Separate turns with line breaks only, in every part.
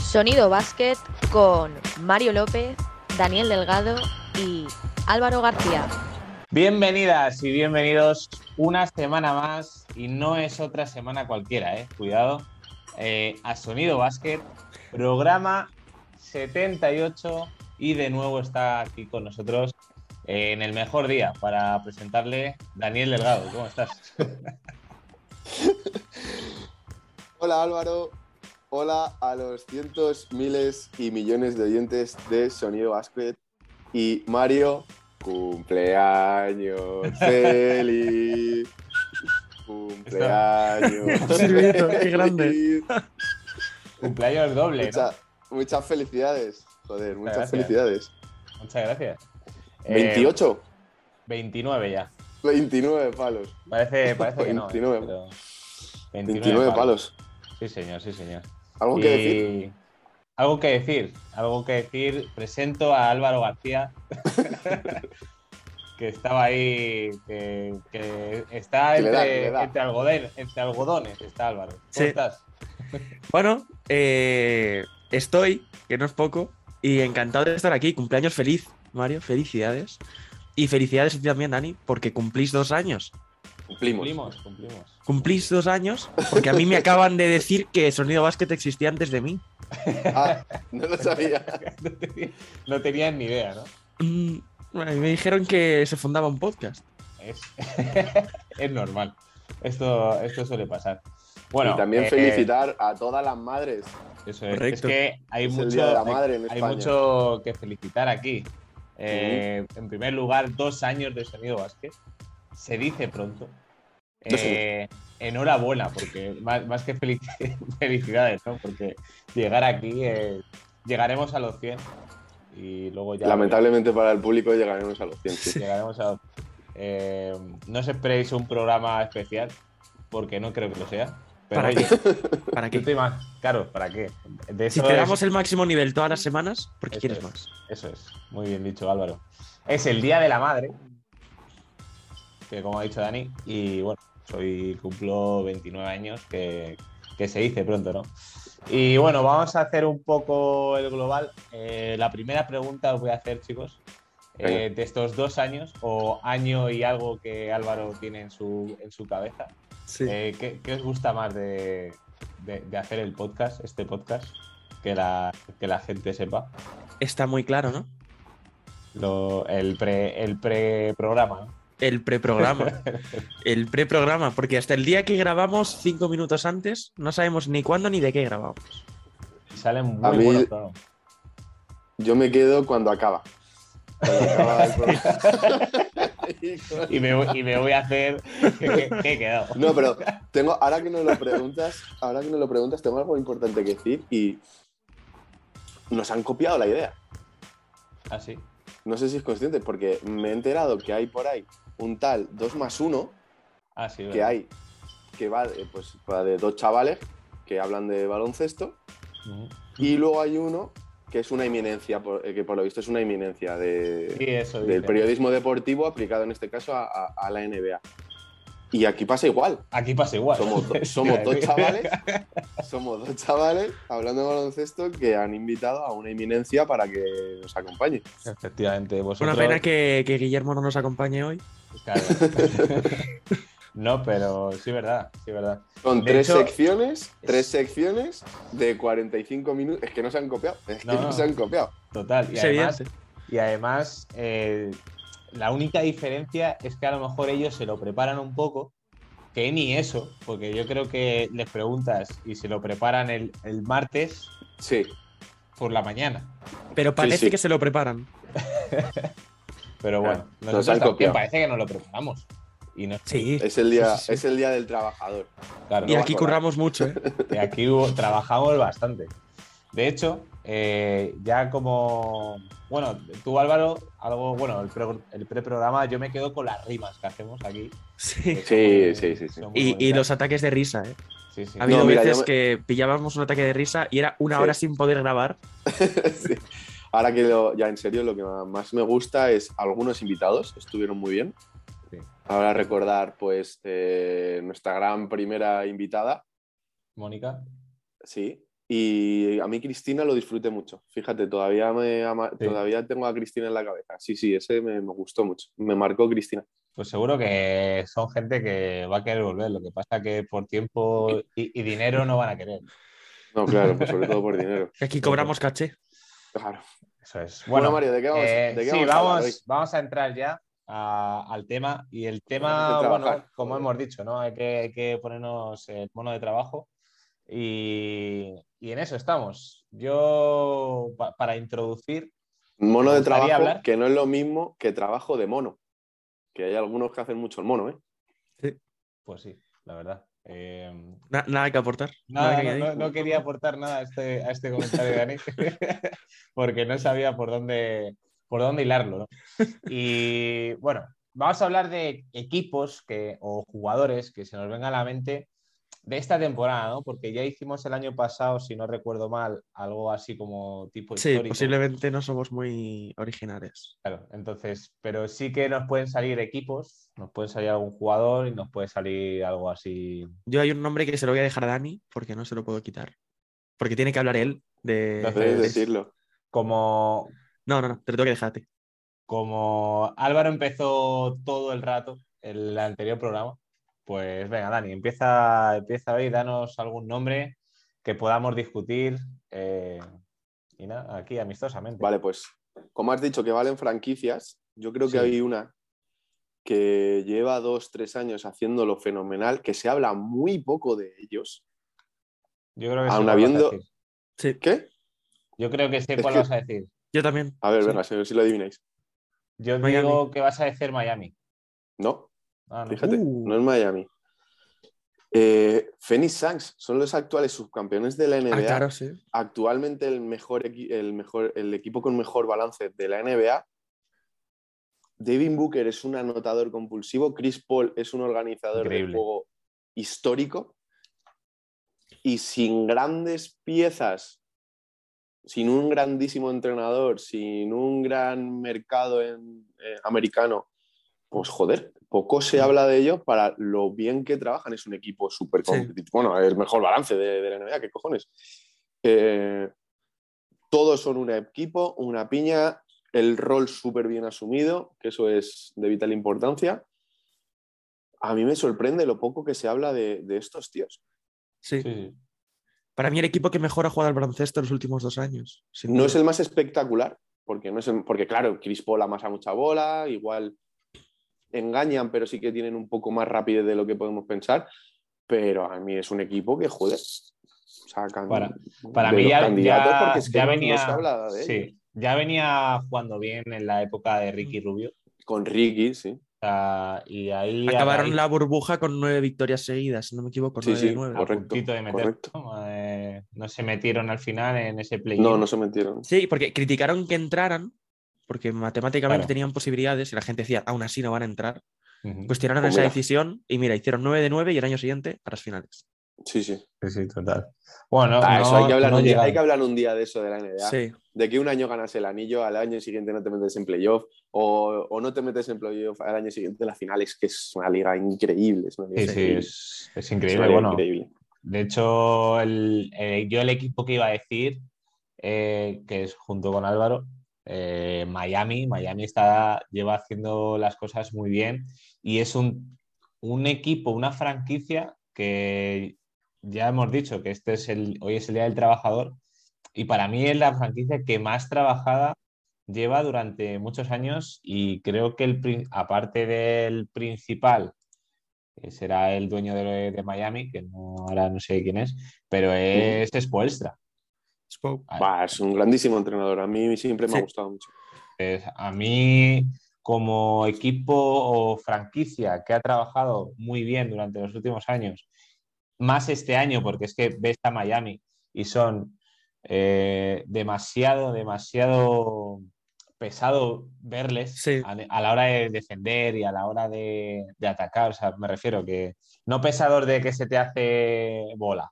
Sonido Basket con Mario López, Daniel Delgado y Álvaro García.
Bienvenidas y bienvenidos una semana más, y no es otra semana cualquiera, ¿eh? cuidado, eh, a Sonido Basket, programa 78, y de nuevo está aquí con nosotros eh, en el mejor día para presentarle Daniel Delgado. ¿Cómo estás?
Hola Álvaro, hola a los cientos, miles y millones de oyentes de Sonido Basket y Mario, cumpleaños feliz. Cumpleaños.
Silvito, qué grande.
Cumpleaños doble. ¿no?
Mucha- muchas felicidades. Joder, muchas
gracias.
felicidades.
Muchas gracias. Eh,
28,
29 ya.
29 palos.
Parece, parece que no. eh,
29.
pero-
29 palos.
Sí, señor, sí, señor.
¿Algo que
Y-
decir?
Eh, Algo que decir, algo que decir. Presento a Álvaro García, que estaba ahí, que, que está
Que le da,
entre,
que le da.
entre algodén- entre algodones, está Álvaro. ¿Cómo
Sí.
estás?
Bueno, eh, estoy, que no es poco, y encantado de estar aquí. Cumpleaños feliz, Mario, felicidades. Y felicidades a ti también, Dani, porque cumplís dos años.
Cumplimos.
Cumplimos, cumplimos.
Cumplís dos años porque a mí me acaban de decir que Sonido Basket existía antes de mí.
Ah, no lo sabía.
No tenía- no tenían ni idea, ¿no?
Mm, bueno, y me dijeron que se fundaba un podcast.
Es, es normal. Esto, esto suele pasar. Bueno,
y también
eh,
felicitar a todas las madres.
Eso es.
Correcto.
Es que hay
Es el
mucho,
Día de la
hay-
Madre en
hay
España.
mucho que felicitar aquí. Eh, En primer lugar, dos años de sonido Vázquez. Se dice pronto.
Dos
Eh, enhorabuena, porque más, más que felici- felicidades, ¿no? Porque llegar aquí, eh, llegaremos a los 100 y luego ya.
Lamentablemente para el público llegaremos a los 100. sí.
Llegaremos a. Eh, no os esperéis un programa especial, porque no creo que lo sea. Pero
¿Para
oye,
¿Para
yo
qué?
estoy más- Claro, ¿para qué? De
Si
eso
te
es-
damos el máximo nivel todas las semanas, ¿por qué
Eso
quieres
es.
más?
Eso es, muy bien dicho Álvaro. Es el Día de la Madre, que como ha dicho Dani, y bueno, soy cumplo 29 años, que, que se dice pronto, ¿no? Y bueno, vamos a hacer un poco el global. Eh, la primera pregunta os voy a hacer, chicos, eh, de estos dos años, o año y algo que Álvaro tiene en su, en su cabeza. Eh, ¿qué, qué os gusta más de, de- de hacer el podcast, este podcast? Que la, que la gente sepa
Está muy claro, ¿no?
lo- el pre el preprograma. ¿no?
El preprograma. el preprograma, porque hasta el día que grabamos, cinco minutos antes, no sabemos ni cuándo ni de qué grabamos.
Y Salen
A
muy
mí-
buenos programas.
Yo me quedo cuando acaba. Cuando acaba el programa.
Y me, voy- y me voy a hacer que, que- que he quedado.
No, pero tengo, ahora que nos lo preguntas, ahora que nos lo preguntas, tengo algo importante que decir y nos han copiado la idea.
Así.
No sé si es consciente, porque me he enterado que hay por ahí un tal 2 más 1
Así.
que hay, que va, de, pues, va de dos chavales que hablan de baloncesto y luego hay uno que es una eminencia, por- eh, que por lo visto es una eminencia de,
Sí, eso
del
dice.
periodismo deportivo aplicado en este caso a, a- a la NBA. Y aquí pasa igual.
Aquí pasa igual.
Somos, do- somos dos chavales, somos dos chavales hablando de baloncesto que han invitado a una eminencia para que nos acompañe.
Efectivamente,
Es una
vosotros.
pena que, que Guillermo no nos acompañe hoy.
Claro. No, pero sí, verdad. Sí, verdad.
Son
De
tres
hecho-
secciones, tres secciones de 45 minutos. Es que no se han copiado, es que
No,
no,
no.
se han copiado.
Total. Y
Es
además,
evidente.
y además eh, la única diferencia es que a lo mejor ellos se lo preparan un poco, que ni eso, porque yo creo que les preguntas y se lo preparan el, el martes
Sí,
por la mañana.
Pero parece
sí.
que se lo preparan.
Pero bueno,
Claro,
nosotros
nos han
también
copiado.
parece que nos lo preparamos. Y, no,
Sí.
es el día,
Sí, sí, sí.
Es el día del trabajador.
claro,
Y
no
aquí
va a colar.
curramos mucho, ¿eh?
Y aquí hubo- trabajamos bastante. De hecho, eh, ya como. Bueno, tú Álvaro, algo. Bueno, el, pro- el preprograma, yo me quedo con las rimas que hacemos aquí.
Sí.
Sí, sí, sí, sí.
son muy
Y, y
bonitas.
los ataques de risa, ¿eh?
Sí, sí.
Ha habido
No, mira,
veces
yo me-
que pillábamos un ataque de risa y era una
Sí.
hora sin poder grabar.
Sí. Ahora que lo- ya en serio, lo que más me gusta es algunos invitados, estuvieron muy bien.
Sí.
Ahora recordar, pues, eh, nuestra gran primera invitada,
Mónica.
sí, Y a mí Cristina lo disfruté mucho. Fíjate, todavía, me ama-
Sí.
todavía tengo a Cristina en la cabeza. Sí, sí, ese me, me gustó mucho. Me marcó Cristina.
Pues seguro que son gente que va a querer volver. Lo que pasa que por tiempo y, y dinero no van a querer.
No, claro, pues sobre todo por dinero.
Que Aquí cobramos caché.
Claro.
Eso es.
Bueno,
Bueno,
Mario, ¿de qué vamos,
eh,
de
sí,
qué vamos a hablar
vamos, vamos a entrar ya a- al tema. Y el tema,
Tenemos que
bueno,
trabajar.
como hemos dicho, ¿no? Hay que, hay que ponernos el mono de trabajo. Y, y en eso estamos. Yo, pa- para introducir,
hoy? Mono
¿Te
de
gustaría
trabajo,
hablar?
que no es lo mismo que trabajo de mono. Que hay algunos que hacen mucho el mono, ¿eh?
pues sí, la verdad. Eh,
Na- nada que aportar.
Nada,
nada que
no,
añadir.
no- no quería aportar nada a este, a este comentario de Dani, porque no sabía por dónde, por dónde hilarlo. ¿no? Y bueno, vamos a hablar de equipos que, o jugadores que se nos venga a la mente de esta temporada, ¿no? porque ya hicimos el año pasado, si no recuerdo mal, algo así como tipo
Sí,
histórico.
posiblemente no somos muy originales.
Claro, entonces, pero sí que nos pueden salir equipos, nos pueden salir algún jugador y nos puede salir algo así.
Yo hay un nombre que se lo voy a dejar a Dani porque no se lo puedo quitar. Porque tiene que hablar él de.
Entonces,
Puedes
Eh,
decirlo.
Como,
No, no, no, te lo tengo que dejar a ti.
como Álvaro empezó todo el rato el anterior programa, pues venga, Dani, empieza, empieza hoy, danos algún nombre que podamos discutir eh, y nada, aquí amistosamente.
Vale, pues como has dicho que valen franquicias, yo creo que
Sí.
hay una que lleva dos, tres años haciéndolo fenomenal, que se habla muy poco de ellos.
Yo creo que
Aún
sé cuál
habiendo-
vas a decir.
Sí,
¿Qué?
Yo creo que sé
Es
cuál
que-
vas a decir.
yo también.
A ver,
Sí.
venga, si, si lo adivináis.
Yo
Miami.
digo que vas a decir Miami.
No,
Ah, no.
fíjate,
Uh.
no es Miami. Eh, Phoenix Suns son los actuales subcampeones de la NBA.
Ah, claro, sí.
actualmente el mejor, equi- el mejor el equipo con mejor balance de la NBA. Devin Booker es un anotador compulsivo, Chris Paul es un organizador
Increíble.
de juego histórico y sin grandes piezas, sin un grandísimo entrenador, sin un gran mercado en- eh, americano, pues joder, poco se habla de ellos para lo bien que trabajan. Es un equipo súper
Sí.
competitivo. Bueno, el mejor balance de, de la NBA, ¿qué cojones? Eh, todos son un equipo, una piña, el rol súper bien asumido, que eso es de vital importancia. A mí me sorprende lo poco que se habla de, de estos tíos.
sí.
Sí, sí.
Para mí el equipo que mejor ha jugado al baloncesto en los últimos dos años. sin
No
duda.
es el más espectacular, porque, no es el- porque claro, Chris Paul amasa mucha bola, igual engañan, pero sí que tienen un poco más rapidez de lo que podemos pensar. Pero a mí es un equipo que, joder, sacan
Para- Para
de
mí
los
ya,
candidatos
ya-
porque es que
ya
no- no
venía,
se habla de ellos.
sí, ya venía jugando bien en la época de Ricky Rubio.
Con Ricky, sí.
o sea, y ahí a
Acabaron
raíz-
la burbuja con nueve victorias seguidas, si no me equivoco,
Sí,
nueve
sí,
de nueve.
a
correcto.
puntito de meter,
correcto.
¿no? Eh, no se metieron al final en ese play.
No, no se metieron.
Sí, porque criticaron que entraran, porque matemáticamente
Claro.
tenían posibilidades y la gente decía, aún así no van a entrar. Cuestionaron
Pues
esa
mira.
decisión y mira, hicieron nueve de nueve y el año siguiente a las finales.
Sí, sí.
Sí, sí, total. Bueno,
Ah,
no,
eso, hay, que hablar
no
un día, hay
llegaron.
que hablar un día de eso de la NBA.
Sí,
De que un año ganas el anillo, al año siguiente no te metes en playoff, o, o no te metes en playoff al año siguiente en la final. Es que es una liga increíble. Es una liga
Sí, sí,
increíble.
es, es
Es
increíble.
una liga
bueno,
increíble.
de hecho, el- eh, yo el equipo que iba a decir, eh, que es junto con Álvaro, eh, Miami. Miami está, lleva haciendo las cosas muy bien y es un, un equipo, una franquicia que ya hemos dicho que este es el, hoy es el Día del Trabajador y para mí es la franquicia que más trabajada lleva durante muchos años y creo que el, pri- aparte del principal, que será el dueño de, de Miami, que no, ahora no sé quién es, pero es Spoelstra. Ah,
Bah, es un grandísimo entrenador. A mí siempre me
Sí.
ha gustado mucho.
Entonces, a mí, como equipo o franquicia que ha trabajado muy bien durante los últimos años, más este año, porque es que ves a Miami y son eh, demasiado, demasiado pesado verles
Sí.
a, a la hora de defender y a la hora de, de atacar. O sea, me refiero que no pesador de que se te hace bola,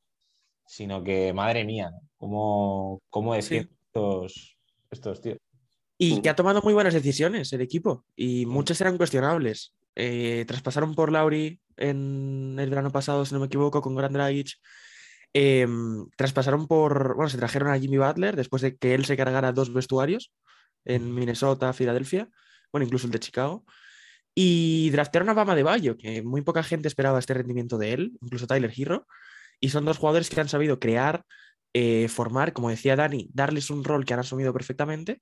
sino que, madre mía, ¿no? ¿cómo, cómo decir estos, estos tíos?
Y
Ujú.
que ha tomado muy buenas decisiones el equipo. Y muchas eran cuestionables. Eh, traspasaron por Lauri en el verano pasado, si no me equivoco, con Grand Dragic. eh, traspasaron por, bueno, se trajeron a Jimmy Butler después de que él se cargara dos vestuarios en Minnesota, Filadelfia, bueno, incluso el de Chicago. Y draftearon a Bama de Bayo, que muy poca gente esperaba este rendimiento de él, incluso Tyler Hero. Y son dos jugadores que han sabido crear, eh, formar, como decía Dani, darles un rol que han asumido perfectamente.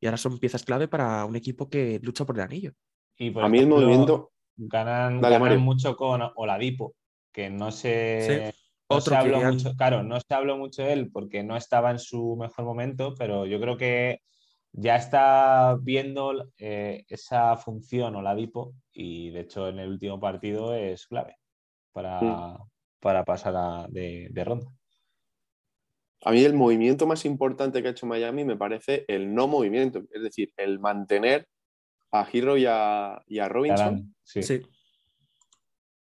Y ahora son piezas clave para un equipo que lucha por el anillo.
Y por
A mí el
ejemplo,
movimiento,
Ganan,
Dale,
ganan
Mario.
mucho con Oladipo, que no se, no
Otro
se
que
habló
han-
mucho, claro, no se habló mucho de él porque no estaba en su mejor momento, pero yo creo que ya está viendo eh, esa función Oladipo y de hecho en el último partido es clave para,
Mm.
para pasar a- de, de ronda.
a mí el movimiento más importante que ha hecho Miami me parece el no movimiento, es decir, el mantener a Hero y a, y a Robinson
Ganan, sí.
Sí.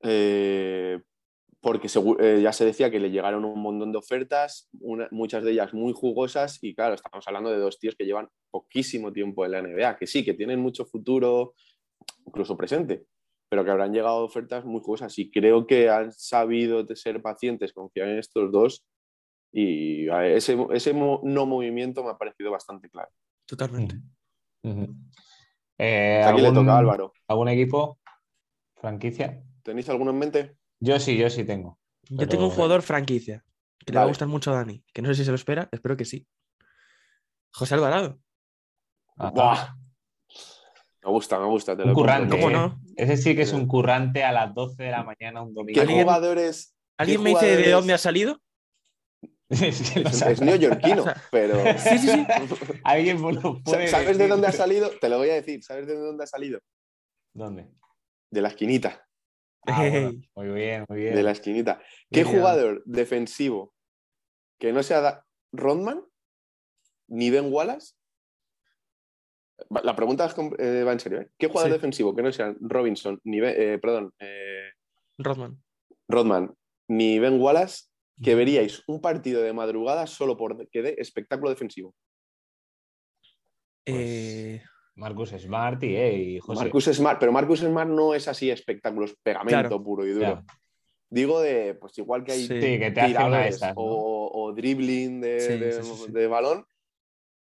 eh, porque segu- eh, ya se decía que le llegaron un montón de ofertas, una- muchas de ellas muy jugosas, y claro, estamos hablando de dos tíos que llevan poquísimo tiempo en la NBA, que sí, que tienen mucho futuro, incluso presente, pero que habrán llegado ofertas muy jugosas, y creo que han sabido de ser pacientes, confiar en estos dos, y a ver, ese, ese mo- no movimiento me ha parecido bastante claro.
Mm,
totalmente.
Ujú. Eh,
Aquí le
¿algún-
toca a Álvaro.
¿Algún equipo? ¿Franquicia?
¿Tenéis alguno en mente?
Yo sí, yo sí tengo.
Yo
Pero-
tengo un jugador franquicia que le va a
Vale.
gustar mucho a Dani, que no sé si se lo espera, espero que sí. José Alvarado. Ah,
Ajá.
Buah. Me gusta, me gusta. Te
Un
lo compro.
currante,
¿Cómo
eh.
no?
Ese sí que es un currante a las 12 de la mañana un domingo.
¿Qué
¿Alguien-
jugadores
¿Alguien me dice de
jugadores?
dónde ha salido?
Es que no
Es,
sabe.
es neoyorquino, pero.
Sí, sí, sí.
Alguien me lo puede
¿Sabes de
decir?
dónde ha salido? Te lo voy a decir. ¿Sabes de dónde ha salido?
¿Dónde?
De la esquinita.
Ah, bueno,
Ey.
muy bien, muy bien.
De la esquinita. ¿Qué
Bien.
jugador defensivo que no sea Da- Rodman ni Ben Wallace? Va- La pregunta es com- eh, va en serio. ¿eh? ¿Qué jugador
Sí.
defensivo que no sea Robinson ni Ben- eh, perdón, eh,
Rodman.
Rodman ni Ben Wallace que veríais un partido de madrugada solo por que dé espectáculo defensivo?
Eh,
Marcus Smart y, eh, y José.
Marcus Smart, pero Marcus Smart no es así espectáculos, pegamento
Claro.
puro y duro.
Ya.
Digo de, pues igual que hay
Sí.
Sí, que te hace una de
tiradores
estas. ¿no?
o, o dribbling de,
Sí,
de-
sí, sí, sí.
de balón,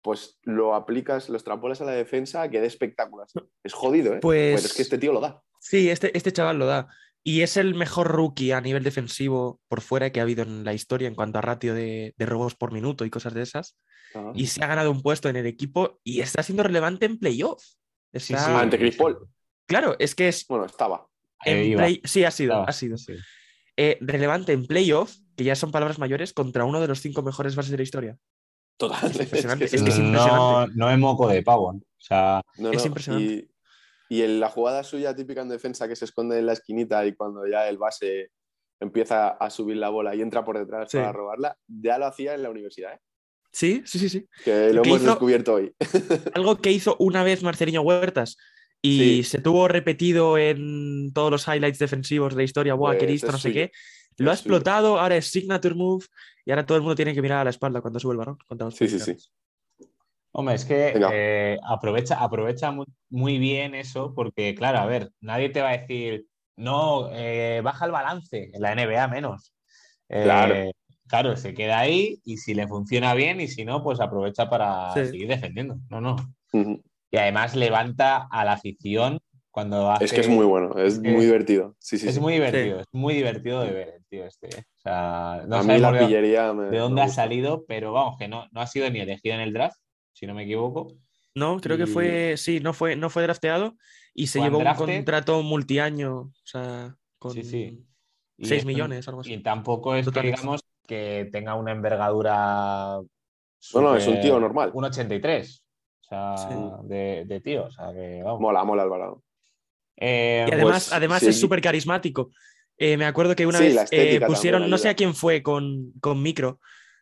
pues lo aplicas, lo extrapolas a la defensa que dé espectáculos. Es jodido, ¿eh?
Pues-
Pero es que este tío lo da.
sí, este, este chaval lo da. Y es el mejor rookie a nivel defensivo por fuera que ha habido en la historia en cuanto a ratio de, de robos por minuto y cosas de esas.
Ah.
Y se ha ganado un puesto en el equipo y está siendo relevante en playoff.
Sí,
Está-
sí.
Ante Chris Paul.
Claro, es que es.
Ah. Bueno, estaba.
Ahí
en
iba.
play- Sí, ha sido,
Estaba.
ha sido.
Sí.
eh, relevante en playoff, que ya son palabras mayores, contra uno de los cinco mejores bases de la historia.
Total. Es
impresionante,
que
es que
sí.
sí.
no,
impresionante.
no es moco de pavo. ¿no? O sea,
No,
es
no,
impresionante.
Y, y en la jugada suya típica en defensa que se esconde en la esquinita y cuando ya el base empieza a subir la bola y entra por detrás
Sí.
para robarla, ya lo hacía en la universidad, ¿eh?
Sí, sí, sí, sí.
que lo
¿Qué
hemos
hizo?
descubierto hoy.
Algo que hizo una vez Marcelino Huertas y
Sí.
se tuvo repetido en todos los highlights defensivos de la historia, buah, qué
Pues
listo,
es
no sé
suyo,
qué. Lo ha
es suyo.
explotado, ahora es signature move y ahora todo el mundo tiene que mirar a la espalda cuando sube el balón. contra los
Sí, sí, sí.
mexicanos.
Hombre, es que
Venga.
eh, aprovecha, aprovecha mu- muy, bien eso, porque, claro, a ver, nadie te va a decir, no, eh, baja el balance, en la NBA menos. Eh,
Claro.
Claro, se queda ahí y si le funciona bien y si no, pues aprovecha para
Sí.
seguir defendiendo. No, no.
Ujú.
Y además levanta a la afición cuando hace.
Es que es muy bueno, es
es que-
muy divertido. Sí, sí,
Eh, Es
sí.
muy divertido, es muy divertido de ver el tío este. eh. O sea, no
a mí
sabemos
la
de-
pillería me-
de dónde
me
ha
gusta.
salido, pero vamos, que no, no ha sido ni elegido en el draft, si no me equivoco.
No, creo
Y-
que fue, sí, no fue, no fue drafteado y se
Fue
llevó un
undrafted.
contrato multiaño, o sea, con
Sí, sí. Y
6
esto-
millones, algo
Y
así.
tampoco es que
Totales.
digamos que tenga una envergadura.
No, no, es un
súper-
tío normal.
Un 83. O sea,
Sí.
de, de tío. O sea, que vamos.
Mola, mola Alvarado.
Eh,
Y además,
Pues,
además
sí.
es súper carismático. Eh, me acuerdo que una
Sí, la
vez eh,
estética
pusieron,
también
no sé
ayuda.
a quién fue con, con micro,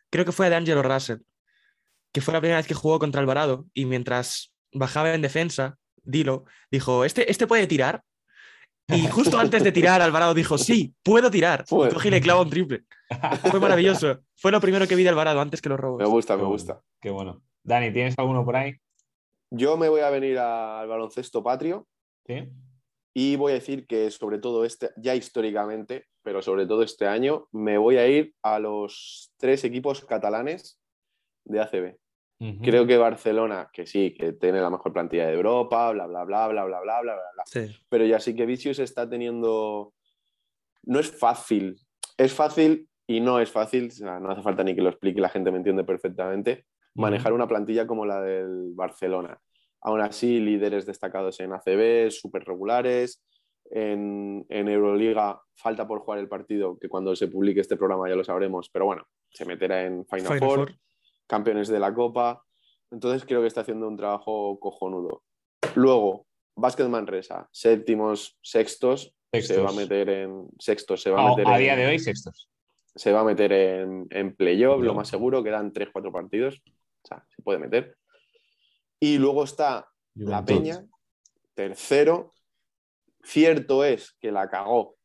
creo que fue a D'Angelo Russell, que fue la primera vez que jugó contra Alvarado y mientras bajaba en defensa, Dilo dijo, ¿este, este puede tirar? Y justo antes de tirar, Alvarado dijo, sí, puedo tirar.
Fue.
Y Cogí y le clava un triple. Fue maravilloso. Fue lo primero que vi de Alvarado antes que los
Me
robos.
gusta, me
Qué bueno.
gusta.
Qué bueno. Dani, ¿tienes alguno por ahí?
Yo me voy a venir a- al baloncesto patrio
Sí.
y voy a decir que sobre todo este, ya históricamente, pero sobre todo este año, me voy a ir a los tres equipos catalanes de ACB.
Mm.
Creo que Barcelona, que sí, que tiene la mejor plantilla de Europa, bla, bla, bla, bla, bla, bla, bla, bla, bla.
Sí.
Pero ya sí que Vicius está teniendo... No es fácil. Es fácil y no es fácil, o sea, no hace falta ni que lo explique, la gente me entiende perfectamente, manejar una plantilla como la del Barcelona. Aún así, líderes destacados en ACB, súper regulares. En, en Euroliga falta por jugar el partido, que cuando se publique este programa ya lo sabremos, pero bueno, se meterá en Final,
Final
Four,
Four.
campeones de la Copa. Entonces creo que está haciendo un trabajo cojonudo. Luego, Básquet Manresa, séptimos, sextos, se
Sextos.
va a meter en sextos, se va a
A,
meter
a
en-
día de hoy, sextos.
se va a meter en, en playoff, lo más seguro, quedan 3-4 partidos, o sea, se puede meter. Y luego está La Peña, tercero. Cierto es que la cagó,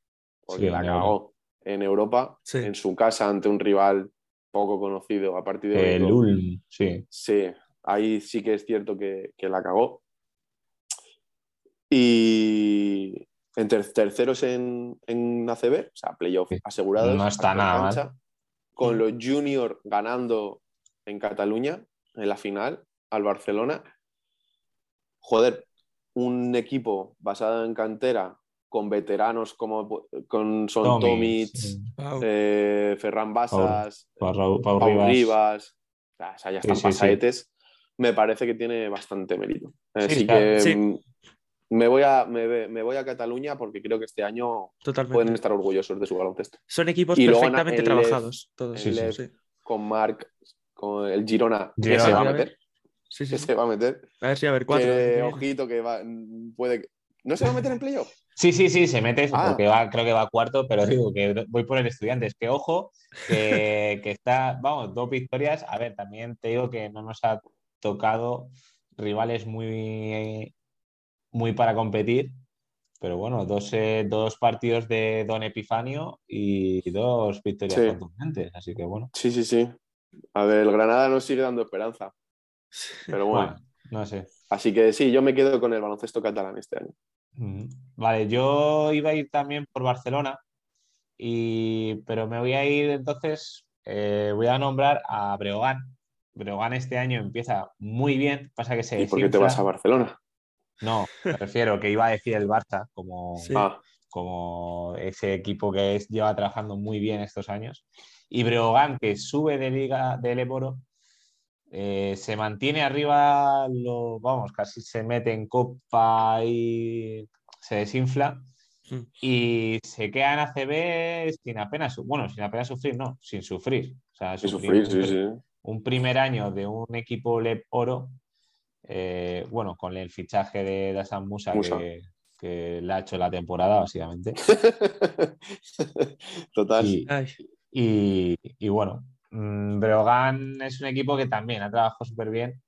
porque
Sí,
la
en
cagó en Europa,
Sí.
en su casa, ante un rival poco conocido a partir de
El Ulm, sí.
Sí, ahí sí que es cierto que, que la cagó. Y en ter- terceros en, en ACB, o sea, playoff
Sí.
asegurados.
No está
a la
nada mal.
cancha, Con los juniors ganando en Cataluña, en la final, al Barcelona. Joder, un equipo basado en cantera, con veteranos como con Son Tomic,
sí.
Wow.
eh, Ferran Basas,
Pau, Raúl- Pau
Pau
Rivas.
Rivas. Ah, o sea, ya
Sí,
están
sí, sí.
pasadetes. Me parece que tiene bastante mérito. Así
está-
que
sí.
mm, me, voy a, me, ve- me voy a Cataluña porque creo que este año
Totalmente.
pueden estar orgullosos de su baloncesto.
Son equipos
y luego en-
perfectamente
en
trabajados. Todos.
en
Sí,
Lev.
sí.
Con Marc, con el Girona, que
Girona.
se va a
A ver,
meter.
Sí, sí,
Que
sí.
se va a meter.
A ver si a ver cuatro.
Que, ojito, que va, mm, puede que- ¿No se va a meter en playoff?
Sí, sí, sí, se mete,
Ah.
porque va, creo que va cuarto, pero digo que voy por el estudiantes. Que ojo, que, que está, vamos, dos victorias. A ver, también te digo que no nos ha tocado rivales muy, muy para competir, pero bueno, dos, eh, dos partidos de Don Epifanio y dos victorias
Sí.
contundentes, así que bueno.
Sí, sí, sí. A ver, el Granada nos sigue dando esperanza. Pero bueno.
Bueno, no sé.
Así que sí, yo me quedo con el baloncesto catalán este año.
Ujú. Mm, Vale, yo iba a ir también por Barcelona, y... pero me voy a ir entonces, eh, voy a nombrar a Breogán. Breogán este año empieza muy bien, pasa que se
¿Y por qué te
desinfla.
vas a Barcelona?
No, me refiero que iba a decir el Barça como,
Sí.
Ah,
como ese equipo que es- lleva trabajando muy bien estos años. Y Breogán, que sube de liga del Eboro, eh, se mantiene arriba, lo, vamos, casi se mete en copa y se desinfla.
Mm.
Y se queda en ACB sin apenas, su- bueno, sin apenas sufrir, no, sin sufrir. O sea,
y
sufrir
sufrir,
un
sí,
pr-
sí.
un primer año de un equipo LEP Oro, eh, bueno, con el fichaje de Dasan Musa,
Musa.
Que, que le ha hecho la temporada, básicamente.
Total.
Y,
Ay,
y- y bueno, mm, Breogán es un equipo que también ha trabajado súper bien,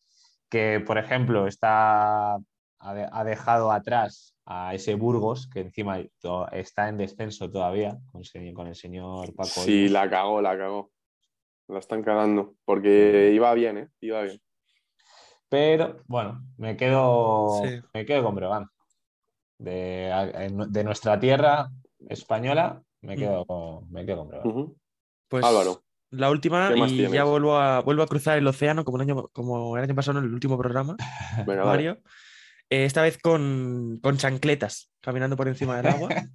que por ejemplo está, ha, de- ha dejado atrás a ese Burgos, que encima to- está en descenso todavía con, se- con el señor Paco.
Sí,
Olmos.
la cagó, la cagó. La están cagando. Porque iba bien, ¿eh? Iba bien.
Pero bueno, me quedo,
Sí.
me quedo con Breogán. De, a- en- de nuestra tierra española, me
Mm.
quedo, con, me quedo con Breogán.
Ujú.
pues
Álvaro.
la última
¿Qué más
y
tienes?
ya vuelvo a, vuelvo a cruzar el océano como el año, como el año pasado en el último programa.
Venga, dale.
Mario. Eh, esta vez con, con chancletas, caminando por encima del agua.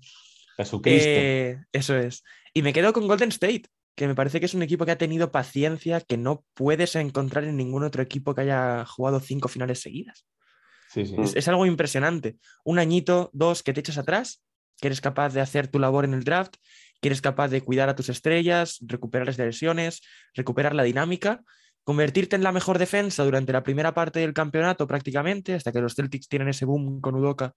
Jesucristo.
Eh, eso es. Y me quedo con Golden State, que me parece que es un equipo que ha tenido paciencia que no puedes encontrar en ningún otro equipo que haya jugado cinco finales seguidas.
Sí, sí.
Mm.
Es, es algo impresionante. Un añito, dos, que te echas atrás, que eres capaz de hacer tu labor en el draft, que eres capaz de cuidar a tus estrellas, recuperarles de lesiones, recuperar la dinámica, convertirte en la mejor defensa durante la primera parte del campeonato prácticamente, hasta que los Celtics tienen ese boom con Udoka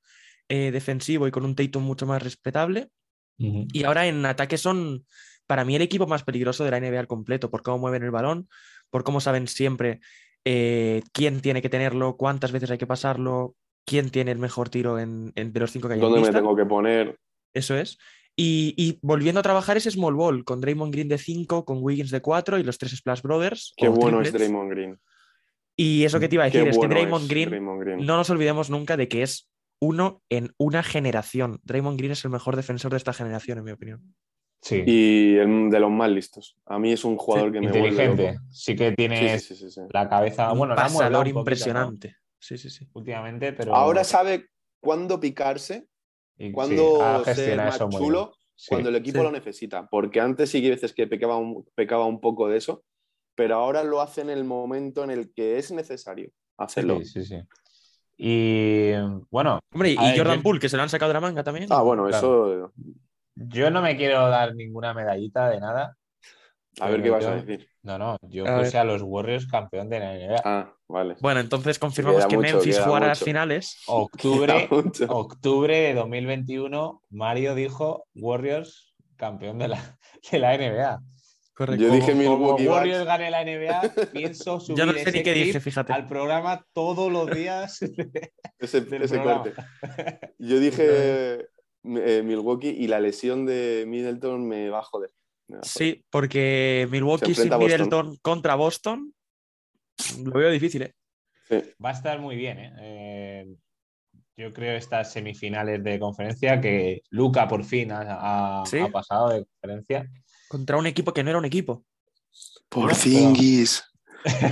eh, defensivo y con un Tatum mucho más respetable.
Ujú.
Y ahora en ataque son, para mí, el equipo más peligroso de la NBA al completo, por cómo mueven el balón, por cómo saben siempre eh, quién tiene que tenerlo, cuántas veces hay que pasarlo, quién tiene el mejor tiro en, en- de los cinco que hay en
¿Dónde me
pista.
tengo que poner?
Eso es. Y, y volviendo a trabajar ese small ball, con Draymond Green de 5, con Wiggins de 4 y los tres Splash Brothers.
Qué
o
bueno es
triplets.
Draymond Green.
Y eso que te iba a
Qué
decir es
bueno
que Draymond Green
Draymond Green.
no nos olvidemos nunca de que es uno en una generación. Draymond Green es el mejor defensor de esta generación, en mi opinión.
Sí.
y el- de los más listos. A mí es un jugador que me vuelve
Inteligente.
loco.
Sí que
Sí,
tiene
sí, sí, sí, sí.
la cabeza.
un
Bueno, la ha
pasador
mueblado un poquito,
impresionante. Sí, sí, sí.
¿no? Últimamente, pero.
Ahora sabe cuándo picarse,
y- sí, ha
cuándo ser
gestionado
más
eso muy bien.
chulo,
Sí.
cuando el equipo
Sí.
lo necesita. Porque antes sí que hay veces que pecaba un, pecaba un poco de eso, pero ahora lo hace en el momento en el que es necesario hacerlo.
Sí, sí, sí. Y bueno,
Hombre, y
A ver,
Jordan
yo-
Poole, que se lo han sacado de la manga también.
Ah, bueno, eso.
yo no me quiero dar ninguna medallita de nada.
A ver
Bueno,
qué vas
yo-
a decir.
No, no, yo
A
puse a los Warriors campeón de la NBA.
Ah, vale.
Bueno, entonces confirmamos
Queda
que
mucho,
Memphis
queda
jugará las
mucho.
finales.
Octubre,
Queda mucho.
octubre de 2021, Mario dijo Warriors campeón de la, de la NBA.
Correcto.
Yo
Como-
dije
como
Milwaukee Bucks.
Warriors gane la NBA, pienso subir
Ya no sé
ese
ni qué
clip
dije, fíjate.
al programa todos los días.
Ese,
del
ese
programa.
corte. Yo dije eh, Milwaukee y la lesión de Middleton me va a joder. Me va a joder.
Sí, porque Milwaukee
Se
sin
enfrenta a Boston.
Middleton contra Boston. Lo veo difícil, ¿eh?
Va a estar muy bien, ¿eh? Eh, yo creo estas semifinales de conferencia que Luca por fin ha, ha-
¿Sí?
ha pasado de conferencia.
Contra un equipo que no era un equipo.
Porzingis.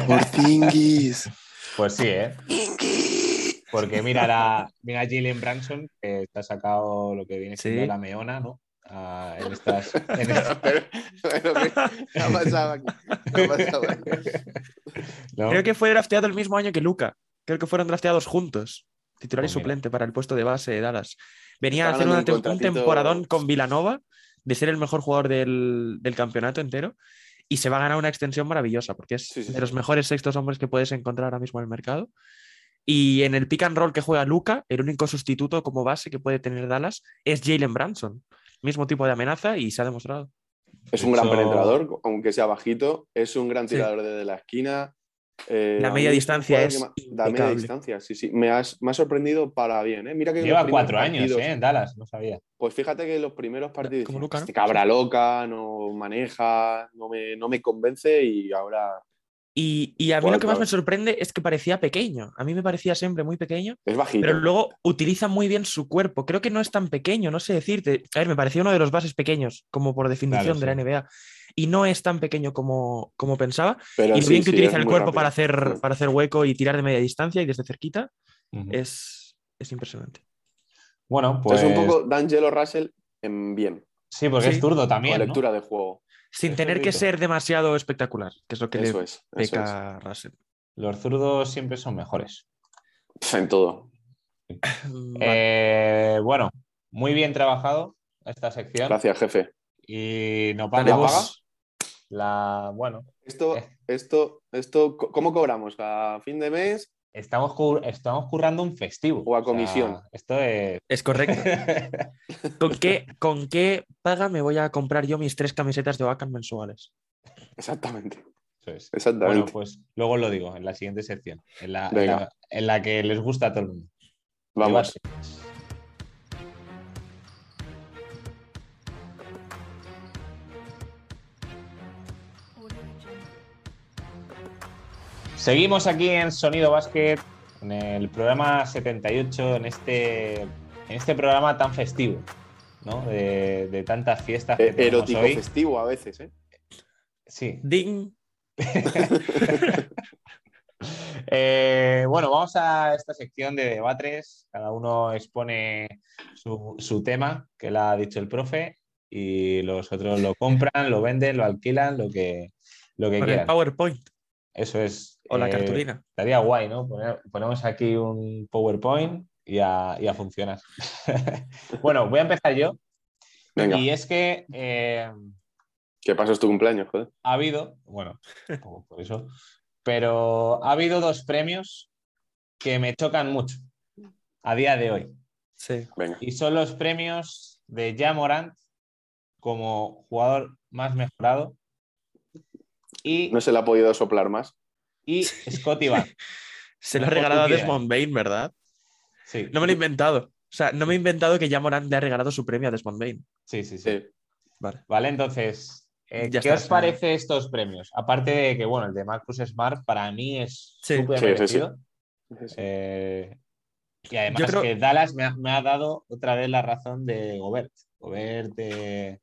Porzingis.
Pues sí, ¿eh? Porque mira, la, mira a Jalen Branson, que está sacado lo que viene siendo
Sí.
la meona, ¿no? Ah, en estas, en estas-
Pero, pero, ¿qué- ¿qué ha pasado aquí? ¿Qué ha pasado aquí?
¿no?
Creo que fue drafteado el mismo año que Luca. Creo que fueron drafteados juntos. Titular
Pues
y
mira.
suplente para el puesto de base de Dallas. Venía a
Está
hacer una
ganando un
tem- un
contratito-
temporadón con Vilanova de ser el mejor jugador del, del campeonato entero. Y se va a ganar una extensión maravillosa porque es
Sí, sí,
de
sí.
los mejores sextos hombres que puedes encontrar ahora mismo en el mercado. Y en el pick and roll que juega Luca, el único sustituto como base que puede tener Dallas es Jalen Branson. Mismo tipo de amenaza y se ha demostrado.
Es un gran
Eso-
penetrador, aunque sea bajito. Es un gran tirador desde la esquina. eh,
La
a
media
mí
distancia
un jugador
es
que me- La media
impecable.
distancia, sí, sí. Me, has- me ha sorprendido para bien. ¿eh? Mira que en los
lleva
primeros
cuatro años
partidos-
¿eh? en Dallas, no sabía.
Pues fíjate que en los primeros partidos
como
decía,
Luka, ¿no?
este cabra loca, no maneja, no me, no me convence y ahora
Y, y a mí
Guau,
lo que más
guau.
me sorprende es que parecía pequeño. A mí me parecía siempre muy pequeño.
es bajito.
Pero luego utiliza muy bien su cuerpo. Creo que no es tan pequeño, no sé decirte. A ver, me parecía uno de los bases pequeños, como por definición
Claro, sí.
de la NBA. Y no es tan pequeño como, como pensaba.
Pero
y lo
sí,
bien
sí,
que utiliza
es
el
muy
cuerpo
rápido.
para hacer,
Sí.
para hacer hueco y tirar de media distancia y desde cerquita
Ujú.
es, es impresionante.
Bueno, pues
Es un poco D'Angelo Russell en bien,
sí, porque es
sí.
zurdo
con
también. ¿no?
lectura de juego.
Sin
Es
tener que
gordito.
ser demasiado espectacular, que es lo que
Eso
le
es, eso es.
peca a Russell.
Los zurdos siempre son mejores.
Pff, En todo.
Mm, Vale.
Eh, bueno, muy bien trabajado esta sección.
Gracias, jefe.
Y nos
Dale,
¿la
vamos.
paga?
La, bueno,
Esto,
Eh.
esto, esto, co- ¿cómo cobramos? ¿A fin de mes?
estamos, cur- estamos currando un festivo.
O a comisión.
esto es.
Es correcto.
Eh.
¿Con qué, ¿Con qué paga me voy a comprar yo mis tres camisetas de Oakan mensuales?
Exactamente,
Eso es. Bueno,
exactamente.
pues luego lo digo en la siguiente sección, en la, en
Venga.
la- en la que les gusta a todo el mundo.
Vamos.
Debate. Seguimos aquí en Sonido Básquet, en el programa 78, en este, en este programa tan festivo, ¿no? De, de tantas fiestas que
Eh,
tenemos
erótico
hoy.
festivo a veces, ¿eh?
Sí.
Ding.
Eh, bueno, vamos a esta sección de debates. Cada uno expone su, su tema, que la ha dicho el profe, y los otros lo compran, lo venden, lo alquilan, lo que, lo que
Con el
quieran.
PowerPoint
Eso es.
o la
eh,
cartulina.
Estaría guay, ¿no? Poner- ponemos aquí un PowerPoint y a, y a funcionar. bueno, voy a empezar yo.
Venga,
Y es que eh,
¿qué pasó es tu cumpleaños, joder?
ha habido, bueno, por por eso, pero ha habido dos premios que me chocan mucho a día de hoy.
Sí.
Venga.
Y son los premios de Ja Morant como jugador más mejorado y,
No se le ha podido soplar más.
y Scotty Barnes.
Se lo ha
Mejor
regalado a
tú quieras.
Desmond Bain, ¿verdad?
Sí,
No me lo he inventado. O sea, no me he inventado que ya Morant le ha regalado su premio a Desmond Bain.
sí, sí, sí.
Sí.
Vale.
Vale, entonces, eh,
Ya
¿qué
está,
os
sí.
parece estos premios? Aparte de que, bueno, el de Marcus Smart para mí es
Sí.
súper
Sí, sí,
merecido.
Sí, sí.
Eh, y además
Yo creo-
que Dallas me ha, me ha dado otra vez la razón de Gobert. Gobert eh,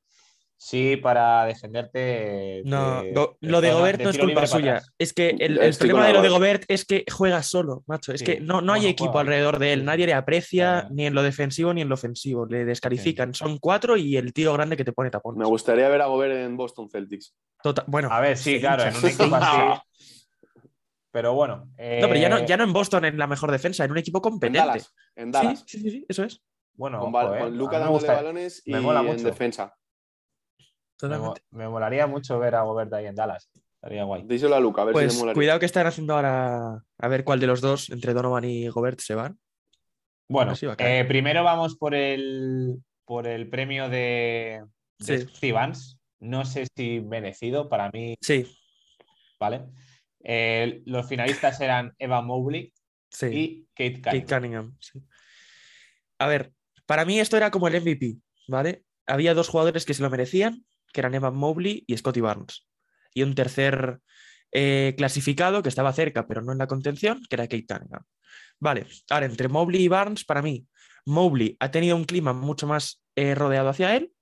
sí para defenderte. eh,
No,
de-
Go- lo de
zona-
Gobert no es
tiro libre
culpa
para
suya.
atrás.
Es que el, el
Estoy
problema
con
de lo de
Abbas.
Gobert es que juega solo, macho. Es
Sí,
que no, no hay
bueno,
equipo
juega.
alrededor de él. Nadie le aprecia
Ya, ya.
ni en lo defensivo ni en lo ofensivo. Le descalifican. Son cuatro y el tío grande que te pone
Eh,
tapón. Tota,
Me gustaría ver a Gobert en Boston Celtics.
bueno,
A ver, sí, claro, en un equipo así. Pero bueno.
no, pero ya no,
eh,
ya no en Boston en la mejor defensa, en un equipo
En
competente.
Dallas. En
Sí,
Dallas.
sí, sí, sí, eso es.
Bueno,
con, Luca
joder, a mí
Luka
me
dándole
gusta-
balones y
me mola
en
mucho.
defensa.
me, mo-
Totalmente.
me molaría mucho ver a Gobert ahí en Dallas. Estaría guay.
Díselo a Luca, a ver si le
Pues
molaría.
cuidado que están haciendo ahora a ver cuál de los dos, entre Donovan y Gobert, se van.
Bueno,
Así va a caer.
eh, primero vamos por el, por el premio de, de
Sí.
Steve Vance. No sé si merecido, para mí,
Sí,
¿vale? Eh, los finalistas eran Eva Mobley
sí.
y Kate
Kate
Cunningham.
Cunningham, sí. A ver, para mí esto era como el MVP, ¿vale? Había dos jugadores que se lo merecían, que eran Evan Mobley y Scotty Barnes. Y un tercer eh, clasificado que estaba cerca, pero no en la contención, que era Kate Cunningham. Vale, ahora entre Mobley y Barnes, para mí, Mobley ha tenido un clima mucho más eh, rodeado hacia él,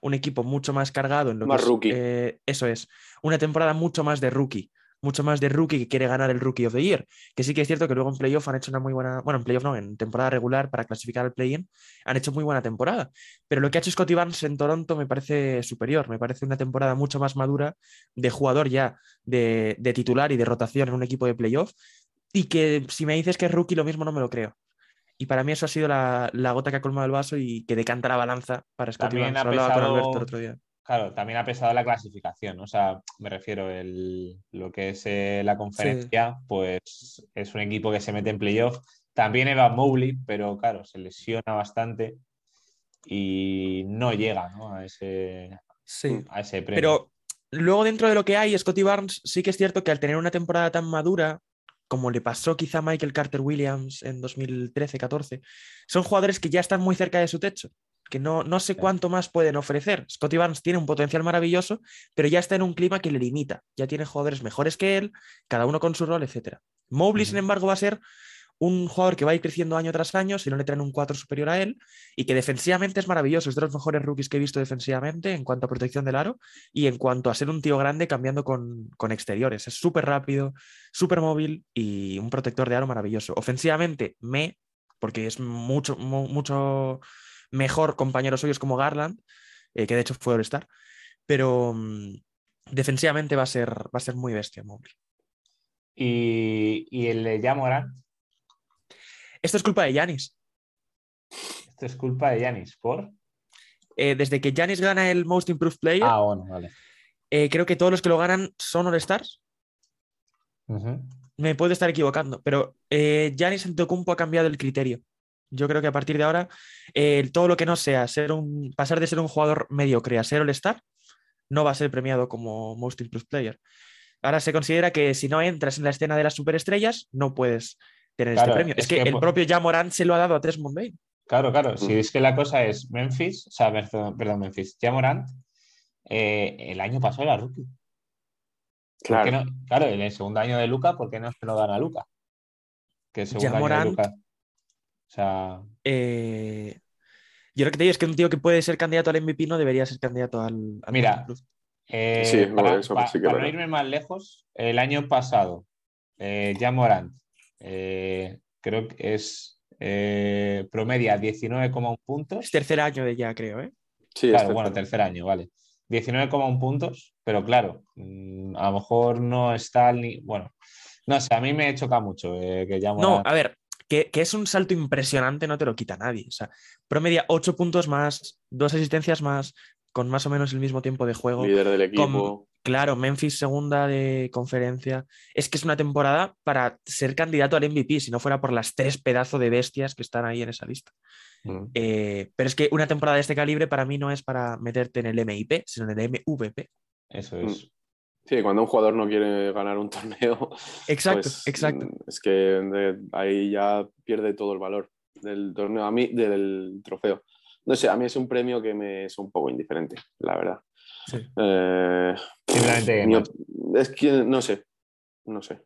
un equipo mucho más cargado en lo
Más
que es,
rookie.
eh, eso es, una temporada mucho más de rookie, mucho más de rookie que quiere ganar el Rookie of the Year. Que sí que es cierto que luego en playoff han hecho una muy buena, bueno, en playoff no, en temporada regular para clasificar al play-in, han hecho muy buena temporada. Pero lo que ha hecho Scotty Barnes en Toronto me parece superior, me parece una temporada mucho más madura de jugador ya de, de titular y de rotación en un equipo de playoff. Y que si me dices que es rookie, lo mismo no me lo creo. Y para mí eso ha sido la, la gota que ha colmado el vaso y que decanta la balanza para Scotty
También
Barnes.
ha
Lo hablaba con
pesado-
Alberto el otro día.
Claro, también ha pesado la clasificación, ¿no? o sea, me refiero el lo que es eh, la conferencia, pues es un equipo que se mete en playoff. También Eva Mobley, pero claro, se lesiona bastante y no llega, ¿no? A ese,
Sí.
a ese premio.
Pero luego dentro de lo que hay, Scotty Barnes sí que es cierto que al tener una temporada tan madura, como le pasó quizá a Michael Carter Williams en 2013-14, son jugadores que ya están muy cerca de su techo, que no, no sé
Ya.
cuánto más pueden ofrecer. Scotty Barnes tiene un potencial maravilloso, pero ya está en un clima que le limita. Ya tiene jugadores mejores que él, cada uno con su rol, etc. Mobley,
Ujú.
sin embargo, va a ser un jugador que va a ir creciendo año tras año, si no le traen un 4 superior a él, y que defensivamente es maravilloso, es de los mejores rookies que he visto defensivamente en cuanto a protección del aro y en cuanto a ser un tío grande cambiando con, con exteriores. Es súper rápido, súper móvil y un protector de aro maravilloso. Ofensivamente, me, porque es mucho, mu- mucho mejor compañeros suyos como Garland, eh, que de hecho fue All-Star, pero mm, defensivamente va a ser, va a ser muy bestia Mobley.
Y, y el de Yamoran,
Esto es culpa de Yanis.
esto es culpa de Yanis, ¿por?
Eh, desde que Yanis gana el Most Improved Player,
Ah, bueno, vale.
eh, creo que todos los que lo ganan son All-Stars.
Ujú.
Me puedo estar equivocando, pero eh, Giannis Antetokounmpo ha cambiado el criterio. Yo creo que a partir de ahora, eh, todo lo que no sea ser un, pasar de ser un jugador mediocre a ser All-Star no va a ser premiado como Most Improved Player. Ahora se considera que si no entras en la escena de las superestrellas, no puedes tener
Claro,
este premio. Es,
es
que,
que
el
po-
propio Jamoran se lo ha dado a Desmond Bain.
Claro, claro.
Mm.
Si es que la cosa es Memphis, o sea, perdón, perdón, Memphis, Yamorant, el año pasado era rookie. ¿Por qué
Claro.
no- claro, en el segundo año de Luca, ¿por qué no se lo dan a Luca? Que el segundo año
Morant.
de Luca. O sea,
Eh, yo lo que te digo es que un tío que puede ser candidato al MVP no debería ser candidato al. al
Mira,
Most Improved.
eh,
Sí,
para,
bueno, eso
pa-
sí que
para
es
no
verdad.
irme más lejos, el año pasado, eh, ya Morant, eh, creo que es eh, promedia 19,1 puntos.
Es tercer año de ya, creo, ¿eh?
Sí,
Claro,
este-
bueno, tercer año, vale. 19,1 puntos, pero claro, mm, a lo mejor no está al ni. Bueno, no sé, a mí me choca mucho eh, que ya
No,
Morant-
a ver, que, que es un salto impresionante, no te lo quita nadie. O sea, promedia 8 puntos más, dos asistencias más, con más o menos el mismo tiempo de juego.
líder del equipo.
Claro, Memphis segunda de conferencia. Es que es una temporada para ser candidato al MVP, si no fuera por las tres pedazos de bestias que están ahí en esa lista.
Mm.
Eh, pero es que una temporada de este calibre para mí no es para meterte en el MIP, sino en el MVP.
Eso es.
Sí, cuando un jugador no quiere ganar un torneo.
Exacto,
pues,
exacto.
mm, Es que de- ahí ya pierde todo el valor del torneo, a mí, del trofeo. No sé, a mí es un premio que me es un poco indiferente, la verdad.
Sí.
Eh,
Simplemente.
mi
no.
op- es que no sé, no sé.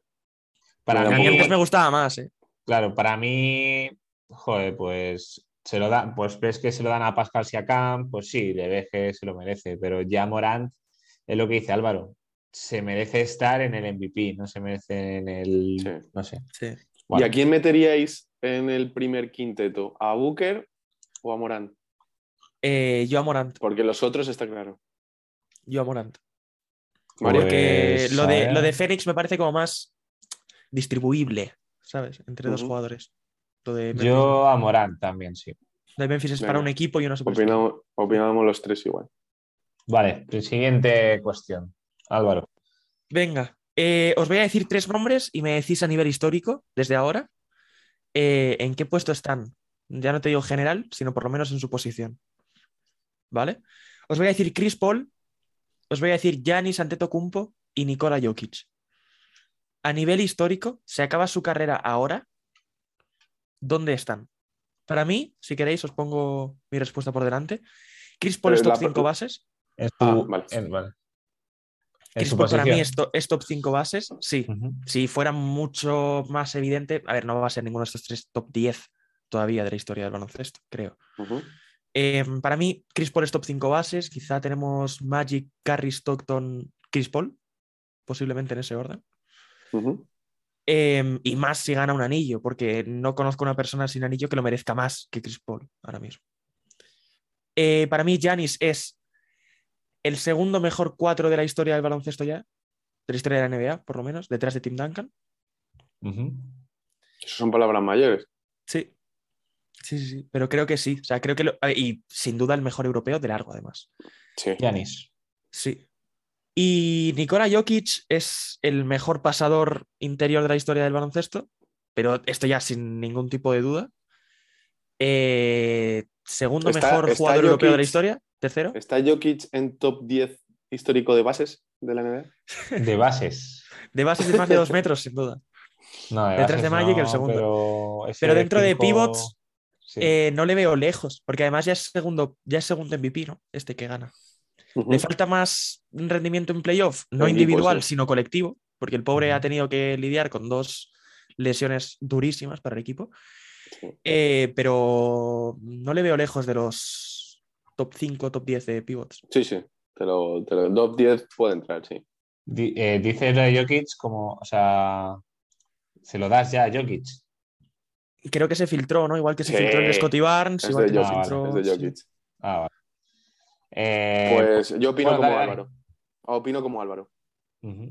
Para
Pero
A
mí,
mí antes me gustaba más, ¿eh?
claro, para mí, joder, pues se lo dan, pues ves que se lo dan a Pascal Siakam, pues sí, le ves que se lo merece, pero ya Morant es lo que dice Álvaro, se merece estar en el MVP, no se merece en el,
Sí.
no sé.
Sí.
Guau.
¿Y a quién meteríais en el primer quinteto? ¿A Booker o a Morán?
Eh, yo a Morant,
Porque los otros está claro.
yo a Morant.
Mario,
Porque
Pues,
lo,
a
de,
ver.
lo de Fénix me parece como más distribuible, ¿sabes? Entre dos
Ujú.
jugadores. Lo de Memphis,
Yo a Morant también, sí.
lo de Memphis es para
Venga.
un equipo y una superestrella.
Opinamos, opinamos los tres igual.
Vale, siguiente cuestión, Álvaro.
Venga, eh, os voy a decir tres nombres y me decís a nivel histórico, desde ahora, eh, en qué puesto están. Ya no te digo general, sino por lo menos en su posición. ¿Vale? Os voy a decir Chris Paul, os voy a decir Giannis Antetokounmpo y Nikola Jokic. A nivel histórico, se acaba su carrera ahora. ¿Dónde están? Para mí, si queréis, os pongo mi respuesta por delante. Chris Paul
Pero
es top
la-
5 bases.
En su,
Ah, vale.
en- vale. En
Chris
su
Paul para mí
posición.
es, to- es top 5 bases, sí.
Ujú.
Si fuera mucho más evidente, a ver, no va a ser ninguno de estos tres top 10 todavía de la historia del baloncesto, creo.
Ujú.
Eh, para mí, Chris Paul es top 5 bases. Quizá tenemos Magic, Curry, Stockton, Chris Paul, posiblemente en ese orden.
Ujú.
Eh, y más si gana un anillo, porque no conozco una persona sin anillo que lo merezca más que Chris Paul ahora mismo. Eh, para mí, Giannis es el segundo mejor cuatro de la historia del baloncesto ya, de la historia de la NBA, por lo menos, detrás de Tim Duncan.
Ujú.
Eso son palabras mayores.
Sí. Sí, sí, sí. Pero creo que sí. O sea, creo que lo- a ver, Y sin duda el mejor europeo de largo, además.
Sí.
Giannis.
Sí. Y Nikola Jokic es el mejor pasador interior de la historia del baloncesto, pero esto ya sin ningún tipo de duda. Eh, segundo
Está-
mejor
está
jugador europeo de la
Jokic. Eh.
historia, tercero.
¿Está Jokic en top 10 histórico de bases de la NBA?
De bases.
De bases de más de dos metros, sin duda.
No, de
Detrás de
bases
Magic, el
no,
segundo.
Pero, ese
Pero dentro de
cinco-
pivots,
sí.
Eh, no le veo lejos, porque además ya es segundo, ya es segundo MVP, ¿no? Este que gana.
Ujú.
¿Le falta más rendimiento en playoff? No
Mm. Equipo,
individual,
sí.
sino colectivo, porque el pobre
Ujú.
ha tenido que lidiar con dos lesiones durísimas para el equipo.
Sí.
Eh, pero no le veo lejos de los top 5, top 10 de pivots.
Sí, sí. Te lo, te lo- top 10 puede entrar, sí.
Di- eh, dice lo de Jokic como, o sea, se lo das ya a Jokic.
Creo que se filtró, ¿no? Igual que se
Sí.
filtró el de Scotty Barnes,
Es
igual
de
que se
Jokic,
filtró-
Es de Jokic.
Ah, vale. Eh,
Pues yo opino
bueno,
como
dale, dale.
Álvaro. Ah, Opino como Álvaro.
ujú.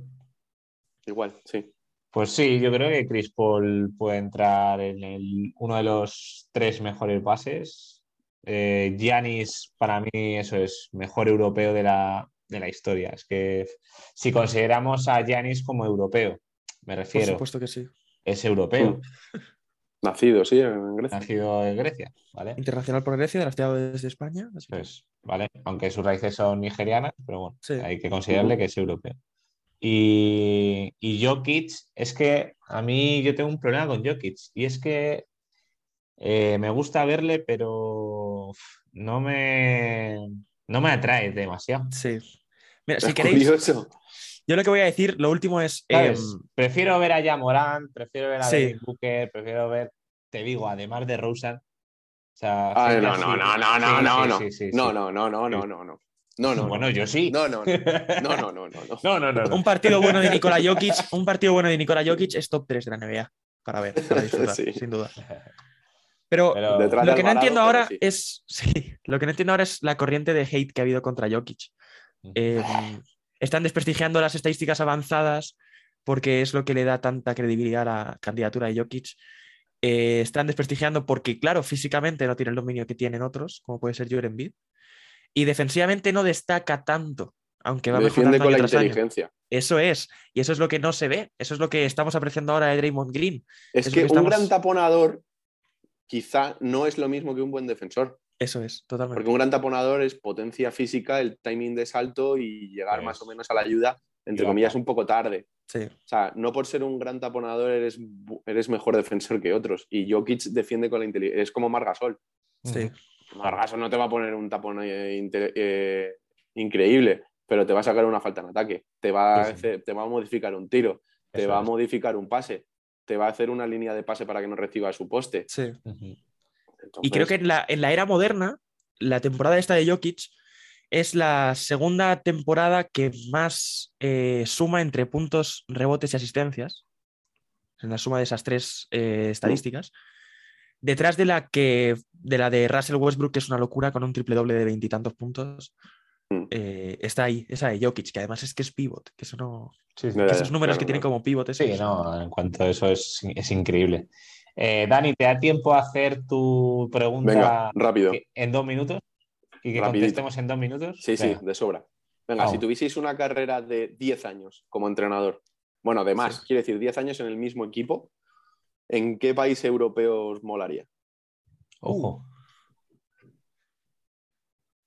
Igual, sí.
Pues sí, yo creo que Chris Paul puede entrar en el, uno de los tres mejores bases. Eh, Giannis, para mí, eso es mejor europeo de la, de la historia. Es que si consideramos a Giannis como europeo, me
Por
refiero,
supuesto que sí.
es europeo,
Nacido, sí, en Grecia.
nacido en Grecia, ¿vale?
Internacional por Grecia, drafteado desde España. así que-
Pues, ¿vale? Aunque sus raíces son nigerianas, pero bueno,
Sí.
hay que considerarle
Ujú.
que es europeo. Y, y Jokic, es que a mí yo tengo un problema con Jokic, y es que eh, me gusta verle, pero uf, no me, no me atrae demasiado.
Sí. Mira, si
Es
queréis,
curioso.
yo lo que voy a decir, lo último es.
¿sabes?
em,
prefiero ver a Morán, prefiero ver a
sí.
Devin Booker, prefiero ver, te digo, además de Rosen. O sea,
Ah,
gente
no,
así.
no, no,
Sí,
no, no,
sí,
no, no.
sí, sí,
No,
sí.
no, no, no, no, no, no. No, no,
Bueno, yo sí.
no, no, no, no, no, no, no, no.
No, no, no, no.
Un partido bueno de Nikola Jokic, un partido bueno de Nikola Jokic es top 3 de la NBA para ver, para disfrutar,
Sí.
sin duda. Pero,
Pero-
Detrás
lo
de
que no
Alvarado, pero
entiendo ahora
sí.
es sí, lo que no entiendo ahora es la corriente de hate que ha habido contra Jokic. Eh, están desprestigiando las estadísticas avanzadas porque es lo que le da tanta credibilidad a la candidatura de Jokic. Eh, están desprestigiando porque, claro, físicamente no tiene el dominio que tienen otros, como puede ser Joel Embiid. Y defensivamente no destaca tanto, aunque va
Defiende
mejorando
con
año
la
tras año.
inteligencia.
Eso es, y eso es lo que no se ve, eso es lo que estamos apreciando ahora de Draymond Green.
Es
Eso
que
que
un
estamos-
gran taponador quizá no es lo mismo que un buen defensor,
Eso es, totalmente.
porque un gran taponador es potencia física, el timing de salto y llegar
Pues-
más o menos a la ayuda, entre
Yo-
comillas, un poco tarde.
Sí,
O sea, no por ser un gran taponador eres, bu- eres mejor defensor que otros. Y Jokic defiende con la inteligencia. Es como Margasol.
sí.
Margasol no te va a poner un tapón eh, inte- eh, increíble, pero te va a sacar una falta en ataque. Te va, a
Sí, sí.
hacer- te va a modificar un tiro. te
Eso
va a
es.
modificar un pase, te va a hacer una línea de pase para que no reciba su poste.
sí.
Ujú.
Entonces,
Y creo que en la, en la era moderna, la temporada esta de Jokic es la segunda temporada que más eh, suma entre puntos, rebotes y asistencias, en la suma de esas tres eh, estadísticas, detrás de la, que, de la de Russell Westbrook, que es una locura con un triple doble de veintitantos puntos.
Mm.
eh, está ahí, esa de Jokic, que además es que es pivot, que, eso no-
Sí, sí.
No,
que
Ya,
esos números
claro,
que tienen
claro.
como pivotes.
Sí, no, en cuanto a eso es, es increíble. Eh, Dani, ¿te da tiempo a hacer tu pregunta
Venga, rápido.
que- en dos minutos? ¿Y que
Rapidito.
contestemos en dos minutos?
Sí, sí,
Venga.
de sobra. Venga,
Vamos.
si tuvieseis una carrera de 10 años como entrenador, bueno, de más, quiere decir 10 años en el mismo equipo, ¿en qué país europeo os molaría? Uh,
Ojo.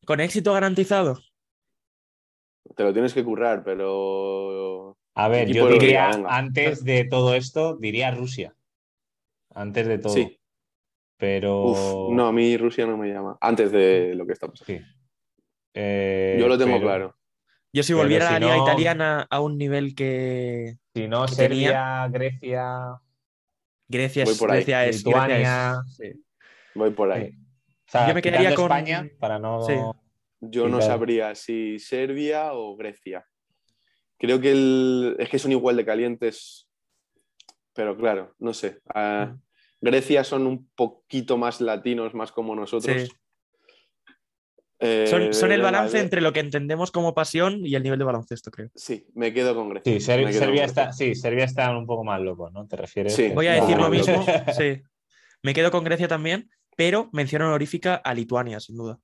Con éxito garantizado.
Te lo tienes que currar, pero
A ver,
Equipo
yo
de la
diría,
Liga, venga.
antes de todo esto, diría Rusia. Antes de todo.
sí.
Pero.
Uf, no, a mí Rusia no me llama. Antes de lo que está pasando.
Sí. Eh,
Yo lo tengo
pero
claro.
Yo si
Pero
volviera
si
a la liga
no-
italiana a un nivel que
Si no,
Que
Serbia, Grecia,
Grecia
Voy
es,
por ahí.
Grecia es-
Lituania.
Grecia es- sí.
Voy por ahí.
Sí. o sea,
Yo me quedaría
quitando
con-
España para no.
Sí.
Yo
Sí,
no
claro.
sabría si Serbia o Grecia. Creo que el- es que son igual de calientes, pero claro, no sé. Ah,
Mm.
Ujú.
Grecia son un poquito más latinos, más como nosotros.
Sí.
Eh,
Son, son el
venga,
balance
de-
entre lo que entendemos como pasión y el nivel de baloncesto, creo.
Sí, me quedo con Grecia.
Sí, Ser-
Me quedo con
Serbia
Grecia.
está, sí, Serbia está un poco más loco, ¿no? ¿Te refieres?
Sí.
Voy a
No,
decir lo
no, no.
mismo, sí. Me quedo con Grecia también, pero mención honorífica a Lituania, sin duda.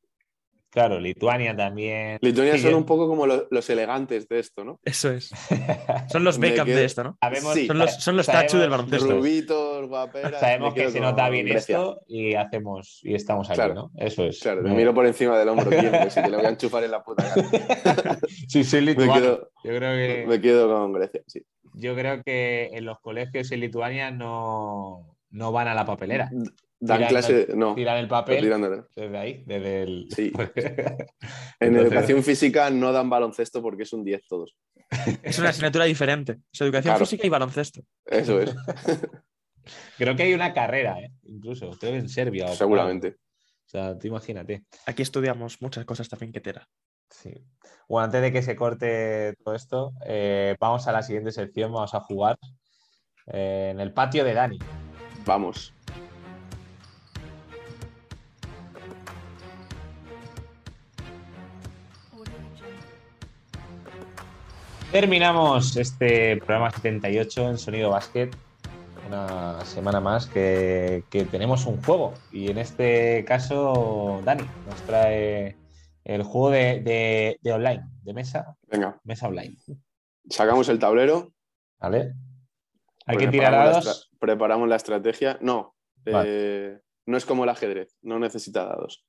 Claro, Lituania también.
Lituania
Sí,
son
yo-
un poco como lo- los elegantes de esto, ¿no?
Eso es. Son los
Me
Beckham
quedo-
de esto, ¿no?
Sabemos-
Sí.
Son los, son los
sabemos-
Tachu del baloncesto.
Ru-
Rubitos, guaperas.
Sabemos
me
que
quedo
se nota
con
bien
Grecia.
esto Eh. y hacemos y estamos aquí,
Claro.
¿no? Eso es.
Claro, te
Me-
miro por encima del hombro, tío, que si te lo voy a enchufar en la puta cara.
Sí, soy
Me
lituano.
quedo,
Yo creo que.
me quedo con Grecia, sí.
Yo creo que en los colegios en Lituania no, no van a la papelera.
Mm, Dan
Tirando-
clase, no,
Tiran el
pero
papel
tirándolo.
desde ahí, desde el.
Sí. En
Entonces-
educación física no dan baloncesto porque es un 10 todos.
Es una asignatura diferente. Es educación
Claro.
física y baloncesto.
Eso es,
Creo que hay una carrera, ¿eh? incluso. Creo que en Serbia. o-
seguramente.
O sea, tú imagínate.
Aquí estudiamos muchas cosas también que tera.
Sí. Bueno, antes de que se corte todo esto, eh, vamos a la siguiente sección. Vamos a jugar eh, en el patio de Dani.
Vamos.
Terminamos este programa 78 en Sonido Basket. Una semana más que, que tenemos un juego. Y en este caso, Dani nos trae el juego de, de- de online, de mesa,
Venga,
mesa online.
sacamos el tablero.
¿Vale? Hay que
preparamos
tirar
la
dados.
estra- Preparamos la estrategia. No,
Vale.
eh, no es como el ajedrez, no necesita dados.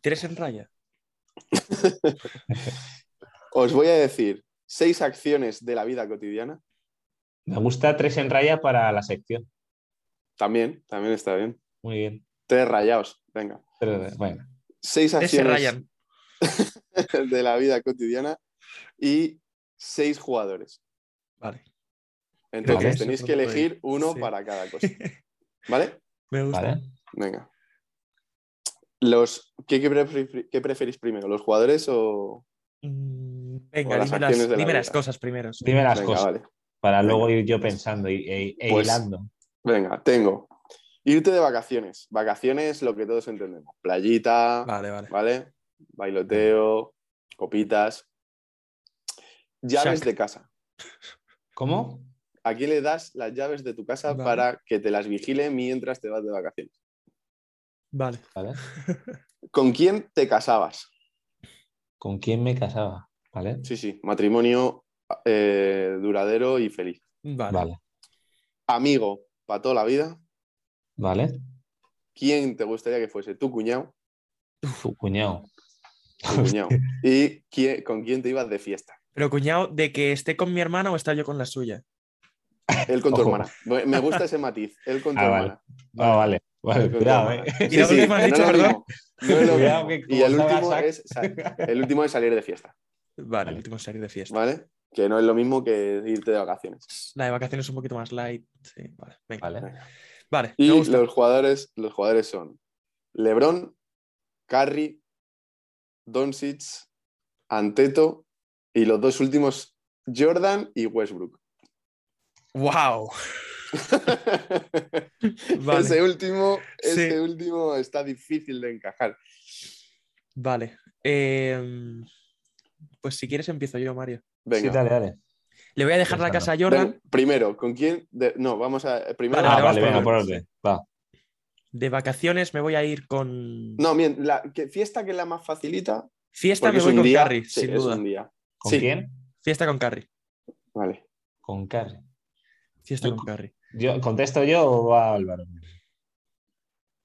¿Tienes en raya?
Os voy a decir seis acciones de la vida cotidiana.
Me gusta tres en raya para la sección.
También, también está bien.
Muy bien.
Tres rayados, venga.
Pero, bueno,
Seis
Ese
acciones
Ryan.
de la vida cotidiana y seis jugadores.
Vale.
Creo
Entonces
que
tenéis
eso
que
no puede ir.
elegir uno
Sí.
para cada cosa. ¿Vale?
Me gusta.
¿vale?
Venga. Los, ¿qué, qué prefer- qué preferís primero? ¿Los jugadores o.?
Mm, Venga,
las
dime las,
acciones de la
dime las
vida.
cosas primero. sí.
Dime las
Venga,
cosas
vale.
para luego ir yo pensando y, e- e
Pues-
hilando.
Venga, tengo. Irte de vacaciones. Vacaciones, lo que todos entendemos. Playita,
Vale, vale.
¿vale? Bailoteo, copitas. Llaves
Shaq.
de casa.
¿Cómo?
¿A quién le das las llaves de tu casa
Vale.
para que te las vigile mientras te vas de vacaciones?
Vale.
¿Vale?
¿Con quién te casabas?
¿Con quién me casaba? ¿Vale?
Sí, sí, matrimonio eh, duradero y feliz.
Vale.
Vale.
Amigo para toda la vida.
¿Vale?
¿Quién te gustaría que fuese tu cuñado?
Tu cuñado.
Tu cuñado. ¿Y quién- con quién te ibas de fiesta?
Pero cuñado, de que esté con mi hermana o está yo con la suya.
Él con tu
Ojo.
hermana. Me gusta ese matiz. Él con tu
Ah, vale.
hermana.
Ah, vale. Vale,
Él con tu
cuidado,
hermana.
eh.
Sí,
Y la
sí,
última has
no
dicho,
es lo
¿verdad?
mismo. No es lo
Cuidado
mismo.
que
Y
como
el
salga
último,
sac-
es, sa- el último es salir de fiesta,
Vale,
Vale.
el último es salir de fiesta.
¿vale? Que no es lo mismo que irte de vacaciones.
La de vacaciones es un poquito más light. Sí, vale. Venga.
Vale.
Vale, me
Y
gusta.
los jugadores, los jugadores son LeBron, Curry, Doncic, Anteto y los dos últimos Jordan y Westbrook.
¡Wow! Vale,
Ese último,
Sí.
ese último está difícil de encajar.
Vale. Em, pues si quieres empiezo yo, Mario.
Venga.
Sí, dale, dale.
Le voy a dejar la
Pensando.
casa a Jordan.
Ven, primero, ¿con quién? De- no, vamos a. eh, Primero.
Vale,
ah,
vale,
vale,
vamos
venga,
por
por orden. Va.
De vacaciones me voy a ir con.
No, bien, la que- fiesta que es la más facilita.
Fiesta
Porque
me
es
voy
un
con
día.
Carrie,
sí,
sin
es
duda.
un día.
¿Con
Sí.
quién?
Fiesta con Carrie.
Vale.
Con Carrie.
Fiesta
Yo-
con Carrie.
Yo, ¿Contesto yo o va Álvaro?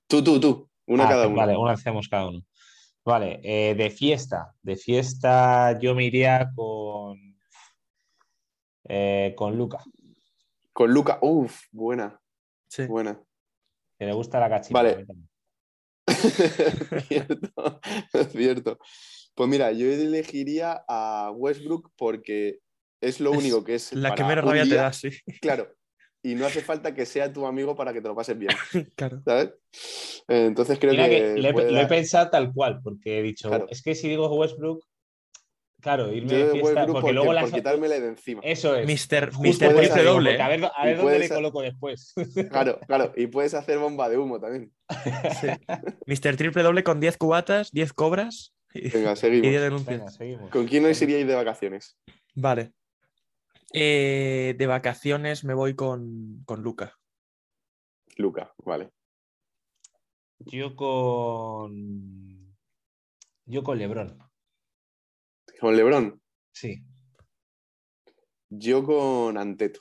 Tú, tú, tú. Una
Ah,
cada uno.
Vale, una hacemos cada uno. Vale, eh, de fiesta. De fiesta yo me iría con. eh, con Luca,
Con Luca. Uf, buena,
Sí.
buena.
que le gusta la cachita.
Vale.
a mí también.
cierto, cierto. Pues mira, yo elegiría a Westbrook porque es lo
Es
único que es.
La que
para
menos
un
rabia te
día,
da, sí.
Claro. Y no hace falta que sea tu amigo para que te lo pases bien,
Claro.
¿sabes? Eh, Entonces creo
Mira
que.
que lo he,
puede
lo he
dar-
pensado tal cual, porque he dicho,
Claro.
es que si digo Westbrook, claro, irme
yo
de
de
fiesta,
Westbrook
porque
porque-
luego las.
por quitármela de encima.
Eso
Pues,
es.
Mister,
justo
Mister
por
puedes
eso
Triple
digo,
Doble.
porque A ver, a
Y
ver dónde
puedes
le
a-
coloco después.
Claro, claro. Y puedes hacer bomba de humo también.
Mister Triple Doble con 10 cubatas, 10 cobras y,
Venga,
y 10
seguimos.
denuncias.
Venga, seguimos.
¿Con quién hoy iríais de vacaciones?
Vale. Eh, de vacaciones me voy con, con Luca.
Luca, vale.
Yo con. Yo con Lebron.
Con Lebron,
Sí.
yo con Anteto.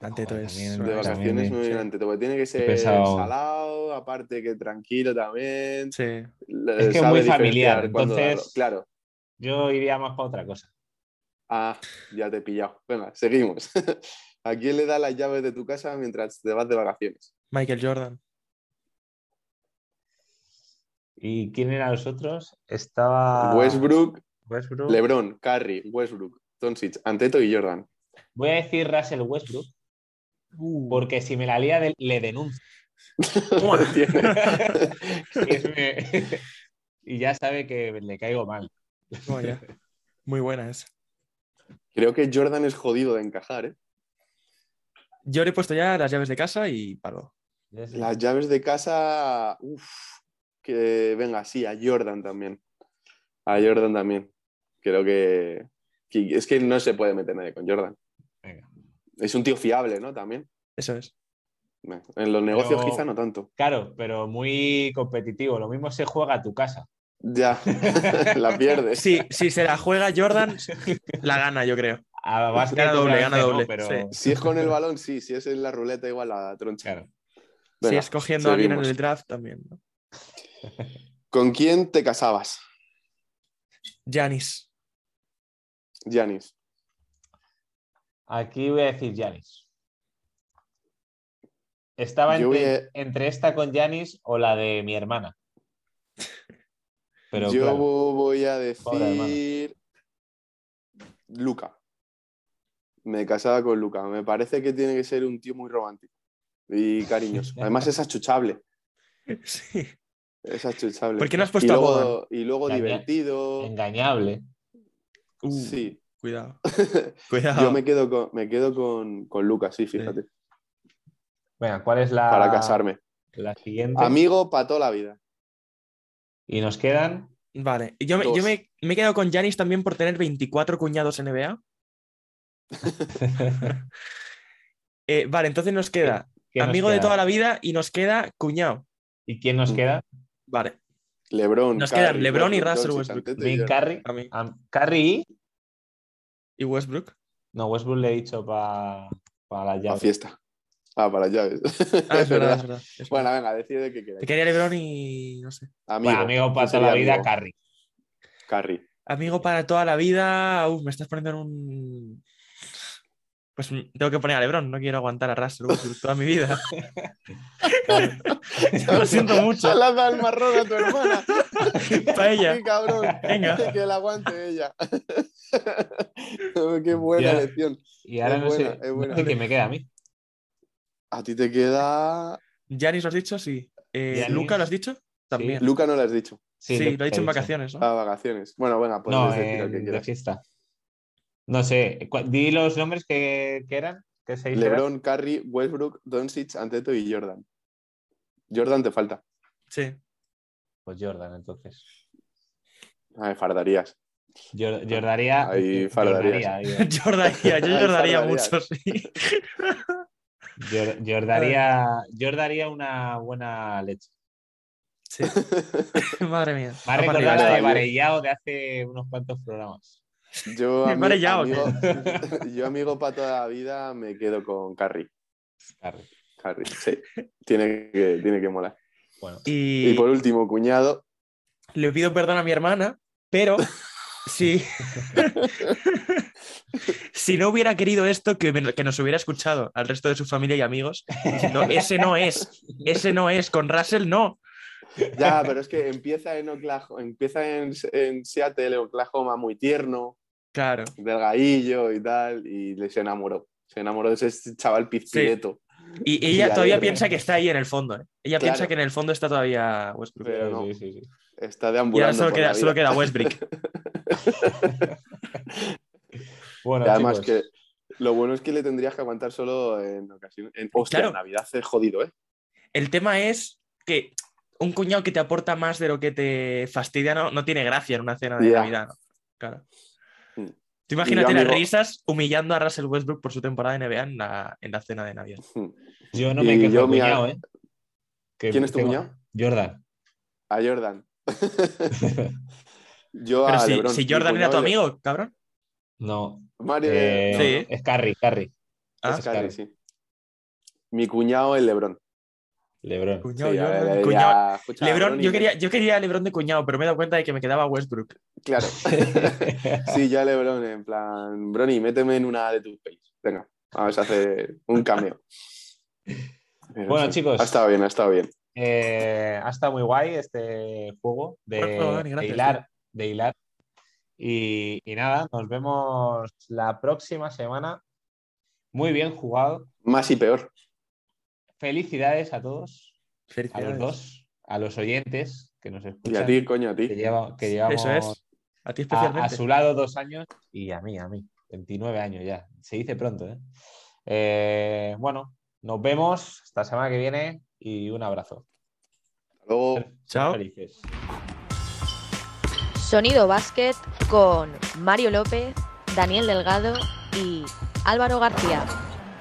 Anteto
Joder,
es
también,
una
De
También,
vacaciones me voy
sí.
con Anteto, porque tiene que ser
pensado-
salado, aparte que tranquilo también.
Sí.
le-
Es que es
sabe
muy familiar,
diferenciar cuándo
entonces-
darlo. Claro.
Yo iría más para otra cosa.
Ah, ya te he pillado. Venga, seguimos. ¿A quién le da las llaves de tu casa mientras te vas de vacaciones?
Michael Jordan.
¿Y quién eran los otros? Estaba.
Westbrook,
Ah, Westbrook.
LeBron, Curry, Westbrook, Doncic, Anteto y Jordan.
Voy a decir Russell Westbrook, porque si me la lía, de- le denuncio.
Toma.
Tiene-
Y, es me- y ya sabe que le caigo mal.
Toma ya. Muy buena esa.
Creo que Jordan es jodido de encajar, ¿eh?
Yo le he puesto ya las llaves de casa y palo.
Las llaves de casa, uff, que venga, sí, a Jordan también. A Jordan también. Creo que, que- es que no se puede meter nadie con Jordan.
Venga.
Es un tío fiable, ¿no? También.
Eso es.
Venga, En los negocios
Pero-
quizá no tanto.
Claro, pero muy competitivo. Lo mismo se juega a tu casa.
Ya, la pierdes.
Sí, si se la juega Jordan, la gana, yo creo.
A básquet
Gana doble,
obviamente
gana
no,
doble,
pero
sí.
Si es con el balón, sí. Si es en la ruleta, igual la troncha.
claro.
si
Venga,
es cogiendo a alguien en
seguimos.
el draft también. ¿no?
¿Con quién te casabas,
Giannis.
Janis?
Aquí voy a decir Yanis. Estaba
Yo
entre,
voy
entre esta con Yanis o la de mi hermana. Pero
Yo
claro,
voy a
Pobre hermano.
decir. Luca. Me casaba con Luca. Me parece que tiene que ser un tío muy romántico y cariñoso. Además, es achuchable.
Sí.
Es achuchable.
¿Por qué no has
y
puesto a Boban?
luego, y luego
Engaña-
divertido.
engañable.
Uh,
Sí.
Cuidado.
Yo
Cuidado.
me quedo con, me quedo con, con Luca, sí, fíjate.
Venga, ¿cuál es la,
Para casarme.
la siguiente?
Amigo para toda la vida.
Y nos quedan.
Vale. Yo, me, yo
Dos.
me, me he quedado con Giannis también por tener 24 cuñados NBA. Eh, vale, entonces nos queda
¿Qué nos
amigo de
queda?
toda la vida y nos queda cuñado.
¿Y quién nos queda?
Vale.
Lebron.
Nos quedan
Curry,
LeBron y
Westbrook,
Russell
Doncic,
Westbrook.
Anteto y
Nick
Jordan.
Curry.
A mí.
Am- Curry y.
¿Y Westbrook?
No, Westbrook le he dicho para la
La
llave.
fiesta. Ah, para las llaves.
Ah, es
Es verdad.
verdad, es verdad. es
Bueno,
verdad.
venga, decide que queráis.
Te quería LeBron y no sé.
Pues, Amigo,
Bueno, amigo para
Yo
toda la
sería
vida,
amigo.
Curry.
Carry.
Amigo para toda la vida. Uf, me estás poniendo en un. Pues mm, tengo que poner a Lebron, no quiero aguantar a Russell Westbrook toda mi vida. Lo siento mucho.
Le has dado el marrón a tu hermana.
Para ella.
Qué cabrón.
Venga.
Que la aguante ella. Qué buena
Ya.
lección.
Y ahora
Es
no,
buena,
sé,
es buena.
no sé quién me queda a mí.
A ti te queda
Janis lo has dicho, sí. Eh,
Giannis.
Luca lo has dicho. también.
Luca no lo has dicho. Ah.
Sí, lo he dicho en
vacaciones.
vacaciones, ¿no?
A vacaciones. Bueno, venga, pues
no,
les decís lo
en-
que
de
quieras.
fiesta. No sé, cu- di los nombres que, que eran. Que se dijeron.
LeBron, Curry, Westbrook, Doncic, Anteto y Jordan. Jordan te falta.
Sí.
Pues Jordan, entonces.
Ay, Ah, fardarías.
Yo, yo daría.
Ahí
yo
fardarías.
daría, yo-
Jordaría, yo
Ay,
jordaría
barbaridad.
mucho, sí.
yo- yo daría- yo daría una buena leche.
Sí. Madre mía.
Me ha
A partir
recordado
de
la de
ahora.
Varellao de hace unos cuantos programas.
Yo,
¿El
ami-
Varellao,
amigo, yo amigo para toda la vida me quedo con Curry.
Carre.
Curry, sí. Tiene que, tiene que molar.
Bueno,
Y,
Y por último, cuñado.
le pido perdón a mi hermana, pero si, si no hubiera querido esto, que, me- que nos hubiera escuchado al resto de su familia y amigos, diciendo, ese no es, ese no es, con Russell no.
Ya, pero es que empieza en Oklahoma, empieza en, en Seattle, Oklahoma, muy tierno,
Claro.
delgadillo y tal, y le- se enamoró. Se enamoró de ese chaval pizpireto.
Y
Ya,
ella todavía
ya.
piensa que está ahí en el fondo. ¿eh? Ella
Claro.
piensa que en el fondo está todavía Westbrook.
Pero no.
sí, sí, sí.
Está
Y ahora
deambulando.
solo
por
queda,
la vida.
solo queda Westbrook.
Bueno,
Y además
chicos,
que lo bueno es que le tendrías que aguantar solo en ocasiones. En, hostia,
Claro.
en Navidad es jodido, ¿eh?
El tema es que un cuñado que te aporta más de lo que te fastidia no, no tiene gracia en una cena de
Ya.
Navidad. ¿no? Claro.
Mm.
Tú imagínate
Y yo,
las
amigo-
risas humillando a Russell Westbrook por su temporada de NBA en la, en la cena de Navidad.
yo no me
y
quejo
yo,
de
mira,
cuñado, ¿eh? Que
¿Quién es tu
tengo-
cuñado?
Jordan.
A Jordan. Yo
Pero
a
si,
LeBron.
si
Mi
Jordan era tu
cuñado le-
amigo, cabrón.
No.
Mario
eh,
no,
Sí.
no,
Es Carry, Carry.
Ah.
es Curry, sí. Mi cuñado el Lebron.
Lebron.
Cuñado,
Sí, a ver,
Jordan,
ya,
cuñado.
escucha,
Lebron,
Lebron y-
yo quería, yo quería a Lebron de cuñado, pero me he dado cuenta de que me quedaba Westbrook.
Claro. sí, ya Lebron, en plan, Brony, méteme en una de tus pays. Venga, vamos a hacer un cameo. Pero
Bueno,
sí,
chicos.
Ha estado bien, ha estado bien.
Eh, ha estado muy guay este juego de,
Buen juego, Dani,
de
gracias,
hilar. De hilar. Y, y nada, nos vemos la próxima semana. Muy bien jugado.
Más y peor.
Felicidades a todos, a los dos, a los oyentes que nos escuchan,
Y a ti, coño, a
que,
ti.
lleva- que llevamos
Eso es. A ti
a-
especialmente.
a su lado dos años y a mí, a mí, 29 años ya. Se dice pronto, ¿eh? Eh, bueno, nos vemos esta semana que viene y un abrazo.
Hasta luego.
Chao.
Felices.
Sonido Basket con Mario López, Daniel Delgado y Álvaro García.